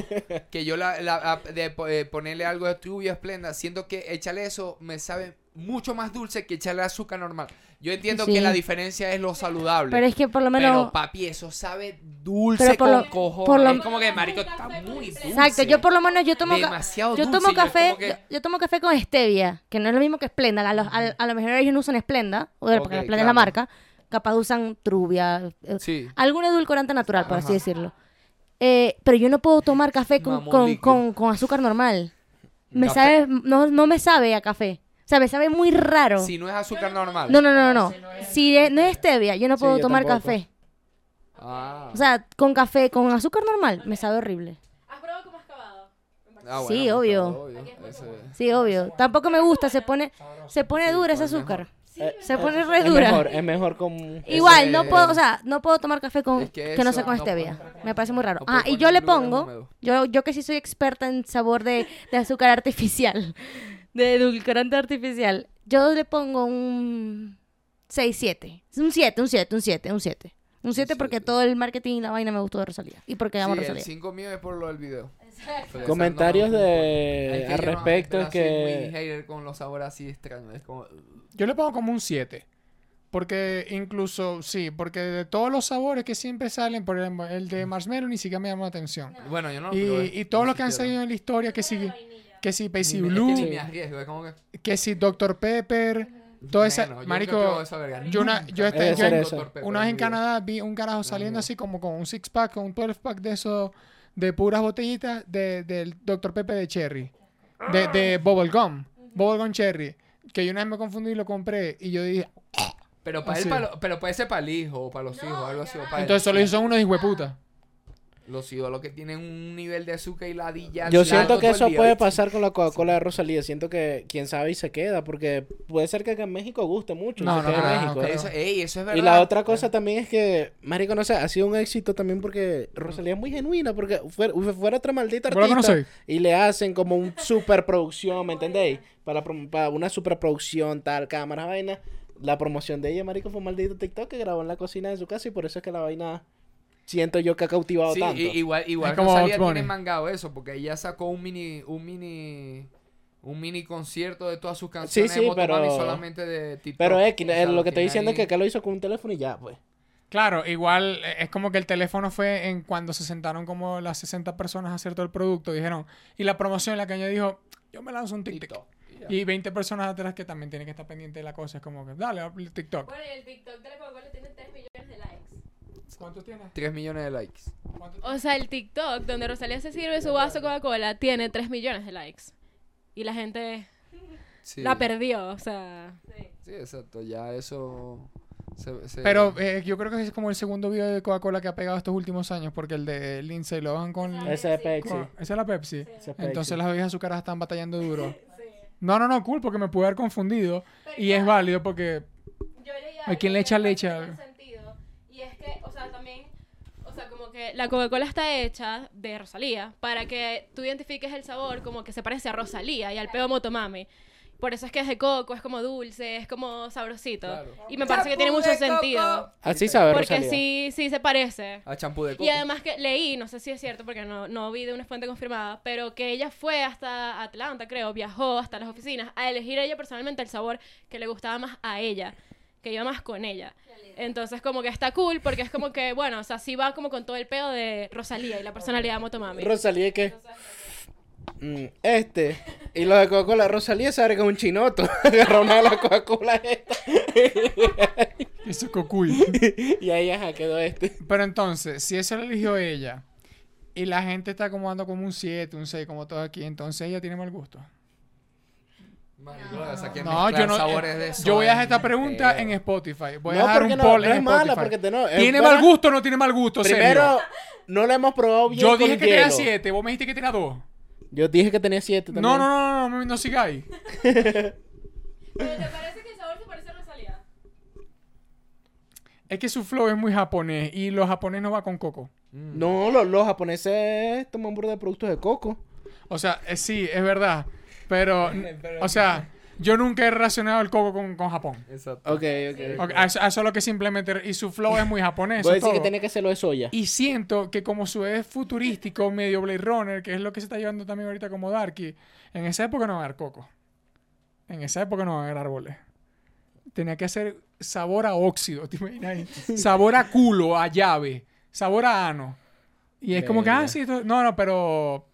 [SPEAKER 1] que yo la, la- a- de po- eh, ponerle algo de trivia esplenda, siento que echarle eso me sabe mucho más dulce que echarle azúcar normal. Yo entiendo
[SPEAKER 4] Sí.
[SPEAKER 1] que la diferencia es lo saludable.
[SPEAKER 4] Pero es que por lo
[SPEAKER 1] Pero,
[SPEAKER 4] menos...
[SPEAKER 1] papi, eso sabe dulce
[SPEAKER 4] Pero por
[SPEAKER 1] con
[SPEAKER 4] lo-
[SPEAKER 1] cojones.
[SPEAKER 4] por lo-
[SPEAKER 1] Es como que, marico, está muy dulce.
[SPEAKER 4] Exacto, yo por lo menos yo tomo... ca-
[SPEAKER 1] Demasiado
[SPEAKER 4] Yo
[SPEAKER 1] dulce,
[SPEAKER 4] tomo
[SPEAKER 1] y es
[SPEAKER 4] café,
[SPEAKER 1] como que-
[SPEAKER 4] yo, yo tomo café con stevia, que no es lo mismo que Splenda. A, los- a- a lo mejor ellos no usan Splenda, o- porque
[SPEAKER 1] Ok,
[SPEAKER 4] Splenda es
[SPEAKER 1] claro.
[SPEAKER 4] la marca. Capaz usan Truvia, eh,
[SPEAKER 1] Sí.
[SPEAKER 4] algún edulcorante natural, por
[SPEAKER 1] Ajá.
[SPEAKER 4] así decirlo. Eh, pero yo no puedo tomar café con,
[SPEAKER 1] Mamón
[SPEAKER 4] con-
[SPEAKER 1] líquido.
[SPEAKER 4] con- con azúcar normal. Me
[SPEAKER 1] Café.
[SPEAKER 4] sabe, no, no me sabe a café. O sea, me sabe muy raro.
[SPEAKER 1] Si no es azúcar normal.
[SPEAKER 4] No, no, no, no. Si de- no es stevia, yo no
[SPEAKER 2] Sí,
[SPEAKER 4] puedo
[SPEAKER 2] yo
[SPEAKER 4] tomar
[SPEAKER 2] tampoco.
[SPEAKER 4] café.
[SPEAKER 1] Ah,
[SPEAKER 4] O sea, con café, con azúcar normal, me sabe horrible.
[SPEAKER 5] ¿Has probado como excavado?
[SPEAKER 1] Ah,
[SPEAKER 4] sí,
[SPEAKER 1] pero
[SPEAKER 4] obvio.
[SPEAKER 1] Eso es.
[SPEAKER 4] Sí, obvio. Tampoco me gusta, se pone, se pone dura ese
[SPEAKER 1] es mejor.
[SPEAKER 4] azúcar.
[SPEAKER 2] Eh,
[SPEAKER 4] Se pone
[SPEAKER 2] es
[SPEAKER 4] re dura.
[SPEAKER 2] mejor, es mejor con...
[SPEAKER 4] Igual,
[SPEAKER 1] Ese-
[SPEAKER 4] no puedo, o sea, no puedo tomar café con,
[SPEAKER 1] Es que
[SPEAKER 4] que, no
[SPEAKER 1] eso
[SPEAKER 4] sea con
[SPEAKER 1] no
[SPEAKER 4] stevia.
[SPEAKER 1] puedo.
[SPEAKER 4] me parece muy raro.
[SPEAKER 1] No puedo
[SPEAKER 4] ah, y
[SPEAKER 1] poner
[SPEAKER 4] yo le
[SPEAKER 1] lugares
[SPEAKER 4] pongo,
[SPEAKER 1] húmedos.
[SPEAKER 4] yo, yo que sí soy experta en sabor de, de azúcar artificial, de edulcorante artificial, yo le pongo un 6, 7. Un 7, un 7, un 7, un 7. Un 7 porque
[SPEAKER 1] siete.
[SPEAKER 4] todo el marketing y la vaina me gustó de Rosalía. Y porque amo a
[SPEAKER 1] Sí, el
[SPEAKER 4] Rosalía.
[SPEAKER 1] 5 mío es por lo del video. Pero
[SPEAKER 2] Comentarios
[SPEAKER 1] esa no-
[SPEAKER 2] de...
[SPEAKER 1] Es que
[SPEAKER 2] al
[SPEAKER 1] yo no-
[SPEAKER 2] respecto
[SPEAKER 1] pero
[SPEAKER 2] es
[SPEAKER 1] soy muy
[SPEAKER 2] que...
[SPEAKER 1] hater con los sabores así extraños. Es como.
[SPEAKER 3] Yo le pongo como un 7. Porque incluso, sí, porque de todos los sabores que siempre salen, por ejemplo, el de marshmallow ni siquiera me llamó la atención.
[SPEAKER 1] Bueno, yo no Ah, lo probé,
[SPEAKER 3] Y, y todos
[SPEAKER 1] Mm. ni
[SPEAKER 3] los que han
[SPEAKER 1] siquiera.
[SPEAKER 3] salido en la historia, que si, que si
[SPEAKER 1] Ni
[SPEAKER 3] Pepsi
[SPEAKER 1] me- es que
[SPEAKER 3] Blue,
[SPEAKER 1] ni me arriesgo, es como que.
[SPEAKER 3] que si Dr. Pepper, todo esa,
[SPEAKER 1] Bueno, yo nunca he
[SPEAKER 3] marico,
[SPEAKER 1] probado esa verga,
[SPEAKER 3] yo una-
[SPEAKER 1] nunca.
[SPEAKER 3] yo esta-
[SPEAKER 2] Debe yo ser en- esa.
[SPEAKER 1] Dr. Pepper
[SPEAKER 3] una vez en
[SPEAKER 1] mi vida.
[SPEAKER 3] Canadá vi un carajo saliendo así como con un six pack, con un 12 pack de esos, de puras botellitas de, del Dr. Pepper de cherry, de, de bubblegum, bubblegum cherry, que yo una vez me confundí y lo compré y yo dije,
[SPEAKER 1] Pero para
[SPEAKER 3] Así.
[SPEAKER 1] él, pa' lo- pero puede ser para el hijo o para los hijos, algo así. o pa' él.
[SPEAKER 3] entonces solo hizo uno de hijueputa.
[SPEAKER 1] Los ídolos que tienen un nivel de azúcar y ladilla.
[SPEAKER 2] Yo
[SPEAKER 1] al lado
[SPEAKER 2] siento
[SPEAKER 1] todo
[SPEAKER 2] que
[SPEAKER 1] el
[SPEAKER 2] eso
[SPEAKER 1] día,
[SPEAKER 2] puede
[SPEAKER 1] ¿viste?
[SPEAKER 2] pasar con la Coca-Cola de Rosalía. Siento que quién sabe y se queda, porque puede ser que acá en México guste mucho. y
[SPEAKER 3] No,
[SPEAKER 2] se
[SPEAKER 3] no,
[SPEAKER 2] quede en
[SPEAKER 3] no, no,
[SPEAKER 2] México.
[SPEAKER 3] no,
[SPEAKER 1] Ah, Eso, ey, eso es verdad.
[SPEAKER 2] Y la otra cosa también es que, marico, no sé, ha sido un éxito también porque Rosalía es muy genuina, porque fuera, fuera otra maldita
[SPEAKER 3] Por lo que no
[SPEAKER 2] artista
[SPEAKER 3] soy.
[SPEAKER 2] y le hacen como un superproducción, ¿me entendéis? Para, prom- para una superproducción, tal, cámaras, vaina. La promoción de ella, marico, fue un maldito TikTok que grabó en la cocina de su casa y por eso es que la vaina siento yo que ha cautivado
[SPEAKER 1] Sí,
[SPEAKER 2] tanto.
[SPEAKER 1] i- igual, igual
[SPEAKER 3] Es como
[SPEAKER 1] Rosalía
[SPEAKER 3] Bugs
[SPEAKER 1] tiene
[SPEAKER 3] Bunny.
[SPEAKER 1] mangado eso, porque ella sacó un mini, un mini, un mini concierto de todas sus
[SPEAKER 2] sí,
[SPEAKER 1] canciones de Motomami
[SPEAKER 2] pero-
[SPEAKER 1] solamente de TikTok.
[SPEAKER 2] Pero es
[SPEAKER 1] O sea,
[SPEAKER 2] lo que estoy
[SPEAKER 1] tiene
[SPEAKER 2] diciendo es que
[SPEAKER 1] ahí-
[SPEAKER 2] acá lo hizo con un teléfono y ya, pues.
[SPEAKER 3] Claro, igual eh, es como que el teléfono fue en cuando se sentaron como las 60 personas a hacer todo el producto. Dijeron, y la promoción la que ella dijo, yo me lanzo un TikTok. Y 20 personas atrás que también tienen que estar pendiente de la cosa. Es como que, dale, el TikTok.
[SPEAKER 5] Bueno, y el TikTok de la Coca-Cola tiene 3 millones de likes.
[SPEAKER 3] ¿Cuántos tienes?
[SPEAKER 1] 3 millones de likes.
[SPEAKER 3] ¿Cuántos
[SPEAKER 5] O sea, el TikTok donde Rosalía se sirve su vaso de Coca-Cola tiene 3 millones de likes. Y la gente
[SPEAKER 1] Sí.
[SPEAKER 5] la perdió, o sea.
[SPEAKER 1] Sí, exacto, ya eso. se- se-
[SPEAKER 3] Pero eh, yo creo que es como el segundo video de Coca-Cola que ha pegado estos últimos años, porque el de Lindsay lo van con...
[SPEAKER 5] Ah,
[SPEAKER 2] Esa es
[SPEAKER 5] sí.
[SPEAKER 2] Pepsi.
[SPEAKER 3] con- Esa es la Pepsi.
[SPEAKER 2] Esa es Pepsi.
[SPEAKER 3] Entonces las bebidas azucaradas están batallando duro. No, no, no, cool, porque me pude haber confundido.
[SPEAKER 6] Pero
[SPEAKER 3] Y es
[SPEAKER 6] igual,
[SPEAKER 3] válido porque...
[SPEAKER 6] yo leí
[SPEAKER 3] ¿A quién
[SPEAKER 6] algo
[SPEAKER 3] le echa
[SPEAKER 6] que me
[SPEAKER 3] leche
[SPEAKER 6] hace
[SPEAKER 3] a-
[SPEAKER 6] más sentido, Y es que, o sea, también
[SPEAKER 5] O sea, como que la Coca-Cola está hecha de Rosalía para que tú identifiques el sabor como que se parece a Rosalía y al peo Motomami. Por eso es que es de coco, es como dulce, es como sabrosito.
[SPEAKER 1] Claro.
[SPEAKER 5] Y me parece que tiene mucho sentido.
[SPEAKER 2] Así sabe
[SPEAKER 5] Porque
[SPEAKER 2] Rosalía.
[SPEAKER 5] sí, sí se parece.
[SPEAKER 1] A champú de coco.
[SPEAKER 5] Y además que leí, no sé si es cierto porque no, no vi de una fuente confirmada, pero que ella fue hasta Atlanta, creo, viajó hasta las oficinas a elegir ella personalmente el sabor que le gustaba más a ella, que iba más con ella. Entonces como que está cool porque es como que, bueno, o sea, sí va como con todo el pedo de Rosalía y la personalidad de
[SPEAKER 2] Pues,
[SPEAKER 5] Motomami.
[SPEAKER 2] Rosalía que Mm, este y los de Coca-Cola Rosalía se abre un chinoto agarra una de las Coca-Cola esta
[SPEAKER 3] Eso es cocuy.
[SPEAKER 2] y ahí ajá quedó este
[SPEAKER 3] Pero entonces, si eso lo eligió ella y la gente está como dando como un 7, un 6, como todos aquí, entonces ella tiene mal gusto.
[SPEAKER 1] Marico, o sea, que
[SPEAKER 3] No,
[SPEAKER 1] mezclar
[SPEAKER 3] yo no-
[SPEAKER 1] sabores de eso
[SPEAKER 3] Yo voy a
[SPEAKER 1] es
[SPEAKER 3] dejar esta pregunta
[SPEAKER 1] feo.
[SPEAKER 3] en Spotify. Voy a
[SPEAKER 2] no
[SPEAKER 3] dejar un
[SPEAKER 2] porque no,
[SPEAKER 3] poll
[SPEAKER 2] no
[SPEAKER 3] en
[SPEAKER 2] es mala
[SPEAKER 3] Spotify.
[SPEAKER 2] porque te- no es
[SPEAKER 3] ¿Tiene
[SPEAKER 2] buena.
[SPEAKER 3] mal gusto o no tiene mal gusto?
[SPEAKER 2] primero
[SPEAKER 3] serio?
[SPEAKER 2] no la hemos probado bien
[SPEAKER 3] yo
[SPEAKER 2] con
[SPEAKER 3] dije que tenía
[SPEAKER 2] hielo.
[SPEAKER 3] 7, vos me dijiste que tenía 2.
[SPEAKER 2] yo dije que tenía siete
[SPEAKER 3] No,
[SPEAKER 2] también
[SPEAKER 3] no, no, no, no, no sigáis.
[SPEAKER 5] ¿Pero te parece que el sabor se parece a Rosalía?
[SPEAKER 3] Es que su flow es muy japonés y los japoneses no va con coco.
[SPEAKER 1] Mm.
[SPEAKER 2] no los, los japoneses toman burda de productos de coco
[SPEAKER 3] O sea, eh, sí, es verdad. Pero, o sea, yo nunca he relacionado el coco con, con Japón.
[SPEAKER 1] Exacto.
[SPEAKER 2] ok ok
[SPEAKER 3] Ok, a eso, a eso es lo que simplemente. Y su flow es muy japonés.
[SPEAKER 2] voy a
[SPEAKER 3] eso
[SPEAKER 2] decir que
[SPEAKER 3] todo.
[SPEAKER 2] tiene que ser lo de soya
[SPEAKER 3] Y siento que como su es futurístico, medio Blade Runner, que es lo que se está llevando también ahorita como Darky, en esa época no va a haber coco. En esa época no va a haber árboles. Tenía que hacer sabor a óxido, ¿te imaginas? ahí? sabor a culo, a llave, sabor a ano. Y es como que, ah,
[SPEAKER 2] Verga.
[SPEAKER 3] sí, esto- no, no, pero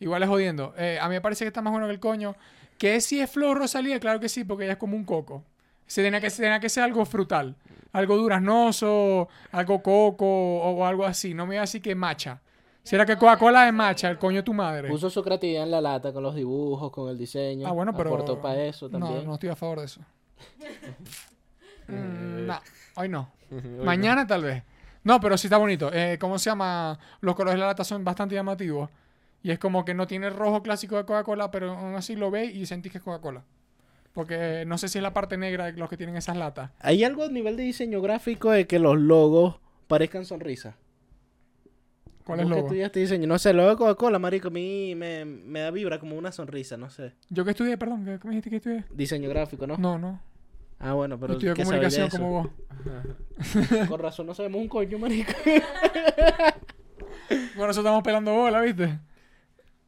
[SPEAKER 3] igual es jodiendo. Eh, a mí me parece que está más bueno que el coño. Que si es Flor Rosalía, claro que sí, porque ella es como un coco. Se tenía que, tenía que ser algo frutal, algo duraznoso, algo coco o, o algo así. No me iba a decir que macha. ¿Será que Coca-Cola es macha? El coño de tu madre.
[SPEAKER 2] puso su creatividad en la lata con los dibujos con el diseño
[SPEAKER 3] Ah, bueno, pero.
[SPEAKER 2] aportó para eso también Eh,
[SPEAKER 3] No, no estoy a favor de eso. Mm, no, hoy no. Mañana tal vez. No, pero sí está bonito. Eh, ¿Cómo se llama? Los colores de la lata son bastante llamativos. Y es como que no tiene el rojo clásico de Coca-Cola, pero aún así lo ve y sentís que es Coca-Cola. Porque eh, no sé si es la parte negra de los que tienen esas latas.
[SPEAKER 2] Hay algo a nivel de diseño gráfico de que los logos parezcan sonrisas.
[SPEAKER 3] ¿Cuál es el
[SPEAKER 2] Vos que
[SPEAKER 3] logo?
[SPEAKER 2] estudiaste este diseño? No sé, el logo de Coca-Cola, marico, a mí me, me da vibra como una sonrisa, no sé.
[SPEAKER 3] Yo que estudié, perdón, ¿qué qué me dijiste que estudié?
[SPEAKER 2] Diseño gráfico, ¿no?
[SPEAKER 3] No, no.
[SPEAKER 2] Ah, bueno, pero
[SPEAKER 3] estudié
[SPEAKER 2] ¿qué sabéis
[SPEAKER 3] comunicación
[SPEAKER 2] de eso?
[SPEAKER 3] como vos.
[SPEAKER 2] Con razón no sabemos un coño, marico.
[SPEAKER 3] Por eso estamos pelando bola, ¿viste?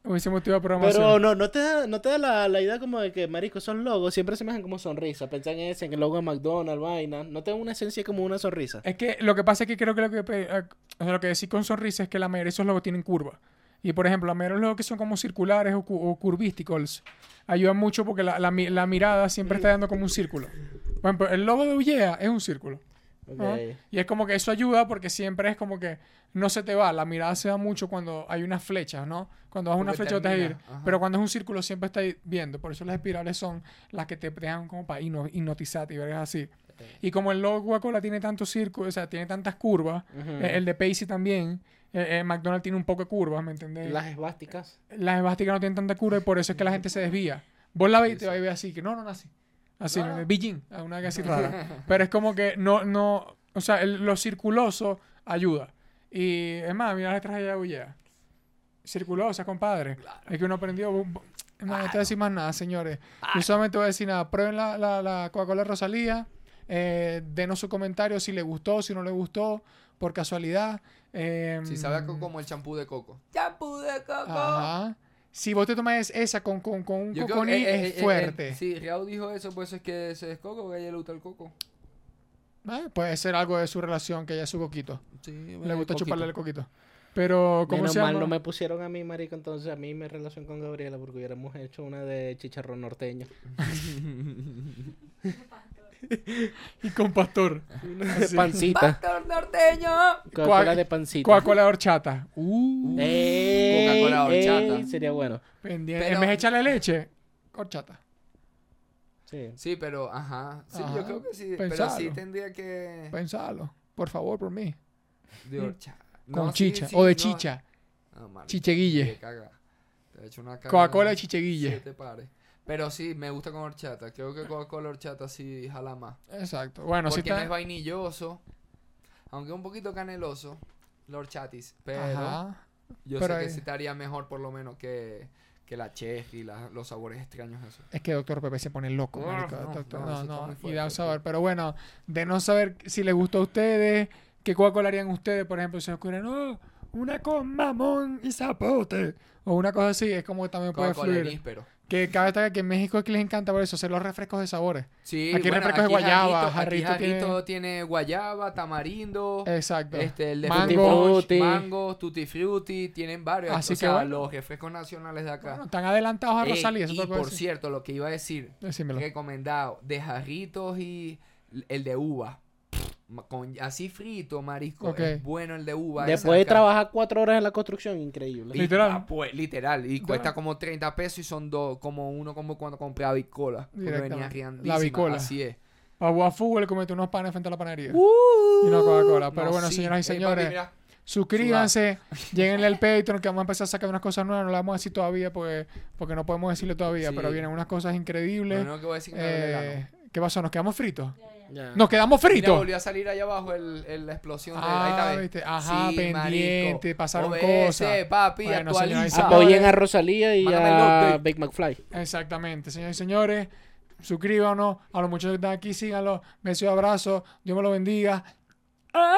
[SPEAKER 3] Hubiésemos estudiado programación.
[SPEAKER 2] pero no, no te da, no te da la, la idea como de que, marico, esos logos siempre se me hacen como sonrisa. Pensá en ese, en el logo de McDonald's, vaina. No te da una esencia como una sonrisa.
[SPEAKER 3] Es que lo que pasa es que creo que lo que, pe- eh, o sea, lo que decís con sonrisa es que la mayoría de esos logos tienen curva. Y por ejemplo, la mayoría de los logos que son como circulares o, cu- o curvísticos ayudan mucho porque la, la mi- la mirada siempre está dando como un círculo. Por ejemplo, el logo de Ullea es un círculo.
[SPEAKER 2] Ok.
[SPEAKER 3] ¿no? Y es como que eso ayuda porque siempre es como que no se te va, la mirada se da mucho cuando hay unas flechas, ¿no? Cuando vas a una
[SPEAKER 1] Porque
[SPEAKER 3] flecha no te vas a ir,
[SPEAKER 1] termina, ajá.
[SPEAKER 3] pero cuando es un círculo siempre estás viendo, por eso las espirales son las que te dejan como para hipno- hipnotizarte y vergas así. Y como el logo Coca-Cola tiene tantos círculos, o sea, tiene tantas curvas,
[SPEAKER 2] Ujú.
[SPEAKER 3] eh, el de Pepsi también, eh, eh, McDonald's tiene un poco de curvas, ¿me entendés?
[SPEAKER 2] Las esvásticas.
[SPEAKER 3] las esvásticas no tienen tanta cura y por eso es que la gente se desvía. Vos la veis y te vas a ver así, que no, no, no, así. Así,
[SPEAKER 1] No, no.
[SPEAKER 3] Beijing, a una que así rara. Pero es como que no, no, o sea, el- lo circuloso ayuda. Y es más, mira las traje de Aguilera. Circulosa, compadre. Es que uno aprendió. bu- bu- Es más, no te voy a decir más nada, señores.
[SPEAKER 1] Ah.
[SPEAKER 3] Yo solamente voy a decir nada. Prueben la, la, la Coca-Cola Rosalía. Eh, denos su comentario si le gustó, si no le gustó, por casualidad. Eh,
[SPEAKER 1] Si sabe a co- como el champú de coco.
[SPEAKER 3] Ajá. Si vos te tomas esa con, con, con un
[SPEAKER 1] Yo creo
[SPEAKER 3] coconí,
[SPEAKER 1] que, eh,
[SPEAKER 3] es
[SPEAKER 1] eh, eh, eh,
[SPEAKER 3] fuerte.
[SPEAKER 1] sí, Riau dijo eso, por eso es que ese es coco, porque a ella le gusta el coco.
[SPEAKER 3] Eh, Puede ser algo de su relación, que ella es su coquito.
[SPEAKER 1] Sí,
[SPEAKER 3] Le gusta chuparle el coquito. Pero, ¿cómo
[SPEAKER 2] Menos
[SPEAKER 3] se llama?
[SPEAKER 2] mal no me pusieron a mí, marico, entonces a mí mi relación con Gabriela porque hubiéramos hecho una de chicharrón norteño.
[SPEAKER 3] Y con pastor.
[SPEAKER 2] Una de pancita.
[SPEAKER 1] norteño!
[SPEAKER 2] Coca-Cola
[SPEAKER 3] Coa-
[SPEAKER 2] de pancita.
[SPEAKER 3] Coca-Cola de horchata. Uh,
[SPEAKER 2] Ey,
[SPEAKER 1] Coca-Cola
[SPEAKER 2] ey,
[SPEAKER 1] horchata.
[SPEAKER 2] sería bueno.
[SPEAKER 3] pendiente.
[SPEAKER 1] Eh. Pero-
[SPEAKER 3] En vez de echarle leche, horchata.
[SPEAKER 2] Sí.
[SPEAKER 1] Sí, pero, ajá. Sí,
[SPEAKER 3] Ajá,
[SPEAKER 1] yo creo que sí. Pero
[SPEAKER 3] pensalo. Pues,
[SPEAKER 1] sí tendría que...
[SPEAKER 3] Pensalo. Por favor, por mí.
[SPEAKER 1] De horcha.
[SPEAKER 3] mm, Con
[SPEAKER 1] No, sí,
[SPEAKER 3] chicha.
[SPEAKER 1] sí,
[SPEAKER 3] o de
[SPEAKER 1] no.
[SPEAKER 3] chicha.
[SPEAKER 1] No, marico,
[SPEAKER 3] Chicheguille.
[SPEAKER 1] qué caga. Te he hecho una caga.
[SPEAKER 3] Coca-Cola de
[SPEAKER 1] Que
[SPEAKER 3] chicheguille.
[SPEAKER 1] te pare. Pero sí, me gusta con horchata. Creo que Coca-Cola horchata sí jala más.
[SPEAKER 3] Exacto. Bueno, si
[SPEAKER 1] porque no es
[SPEAKER 3] está...
[SPEAKER 1] vainilloso. Aunque un poquito caneloso. La horchatis. Pero
[SPEAKER 3] Ajá.
[SPEAKER 1] yo
[SPEAKER 3] pero
[SPEAKER 1] sé que
[SPEAKER 3] es-
[SPEAKER 1] sí estaría mejor por lo menos que, que la chef y la- los sabores extraños esos.
[SPEAKER 3] Es que Doctor Pepe se pone loco,
[SPEAKER 1] Uf,
[SPEAKER 3] marico.
[SPEAKER 1] no,
[SPEAKER 3] Doctor-
[SPEAKER 1] no,
[SPEAKER 3] no,
[SPEAKER 1] eso está
[SPEAKER 3] no,
[SPEAKER 1] muy
[SPEAKER 3] y da
[SPEAKER 1] fuerte,
[SPEAKER 3] un sabor.
[SPEAKER 1] sí.
[SPEAKER 3] Pero bueno, de no saber si les gustó a ustedes, qué Coca-Cola harían ustedes, por ejemplo, se ocurren, oh, una con mamón y zapote. O una cosa así, es como que también puede
[SPEAKER 1] Coca-Cola en
[SPEAKER 3] fluir.
[SPEAKER 1] íspero.
[SPEAKER 3] Que cabe destacar que en México es que les encanta por eso hacer los refrescos de sabores.
[SPEAKER 1] Sí,
[SPEAKER 3] Aquí
[SPEAKER 1] bueno,
[SPEAKER 3] refrescos de
[SPEAKER 1] aquí
[SPEAKER 3] guayaba,
[SPEAKER 1] Jarrito, aquí
[SPEAKER 3] Jarrito tiene-
[SPEAKER 1] Jarrito tiene guayaba, tamarindo.
[SPEAKER 3] Exacto.
[SPEAKER 1] Este, el de
[SPEAKER 3] Mango.
[SPEAKER 1] Fruity Punch,
[SPEAKER 2] Tutti Frutti.
[SPEAKER 1] mango, tutti frutti, tienen varios.
[SPEAKER 3] Así
[SPEAKER 1] o
[SPEAKER 3] que
[SPEAKER 1] sea,
[SPEAKER 3] bueno.
[SPEAKER 1] los refrescos nacionales de acá.
[SPEAKER 3] Bueno, están adelantados a
[SPEAKER 1] Ey,
[SPEAKER 3] Rosalía, eso
[SPEAKER 1] y
[SPEAKER 3] te lo puedo
[SPEAKER 1] por
[SPEAKER 3] decir.
[SPEAKER 1] cierto, lo que iba a decir,
[SPEAKER 3] Decímelo.
[SPEAKER 1] recomendado, de jarritos y l- el de uva. Ma- con- así frito, marisco,
[SPEAKER 3] Ok.
[SPEAKER 1] es bueno el de uva.
[SPEAKER 2] Después de
[SPEAKER 1] esa acá.
[SPEAKER 2] trabajar cuatro horas en la construcción, increíble.
[SPEAKER 1] Y
[SPEAKER 3] Literal.
[SPEAKER 1] pa- pues, literal. Y cuesta como 30 pesos y son dos, como uno como cuando compré la bicola. porque venía
[SPEAKER 3] Directamente. La
[SPEAKER 1] riandísima.
[SPEAKER 3] bicola.
[SPEAKER 1] Así es.
[SPEAKER 3] Agua a fútbol, comete unos panes frente a la panadería. y no Coca-Cola. Uh. Pero
[SPEAKER 1] Uh, No,
[SPEAKER 3] bueno,
[SPEAKER 1] sí.
[SPEAKER 3] señoras y
[SPEAKER 1] Ey, papi,
[SPEAKER 3] señores.
[SPEAKER 1] mira,
[SPEAKER 3] Suscríbanse, lléguenle al Patreon que vamos a empezar a sacar unas cosas nuevas, no las vamos a decir todavía porque, porque no podemos decirle todavía,
[SPEAKER 1] Sí.
[SPEAKER 3] pero vienen unas cosas increíbles.
[SPEAKER 1] lo único que voy a decir es que me duele la
[SPEAKER 3] Eh, ¿Qué pasó? ¿Nos quedamos fritos?
[SPEAKER 2] Ya.
[SPEAKER 3] ¡Nos quedamos
[SPEAKER 1] Mira,
[SPEAKER 3] fritos!
[SPEAKER 1] volvió a salir allá abajo el, el- la explosión de ahí está,
[SPEAKER 3] Ah,
[SPEAKER 1] ¿ves?
[SPEAKER 3] viste, ajá, pendiente, pasaron
[SPEAKER 1] OBS,
[SPEAKER 3] cosas.
[SPEAKER 1] papi,
[SPEAKER 3] Bueno,
[SPEAKER 1] actualiza.
[SPEAKER 3] señores,
[SPEAKER 2] Apoyen a Rosalía y
[SPEAKER 1] Mándame el
[SPEAKER 2] a
[SPEAKER 1] update.
[SPEAKER 2] Big McFly.
[SPEAKER 3] Exactamente, señores y señores, suscríbanos, a los muchachos que están aquí, síganlos, besos y abrazos, Dios me lo bendiga. ¡Ah!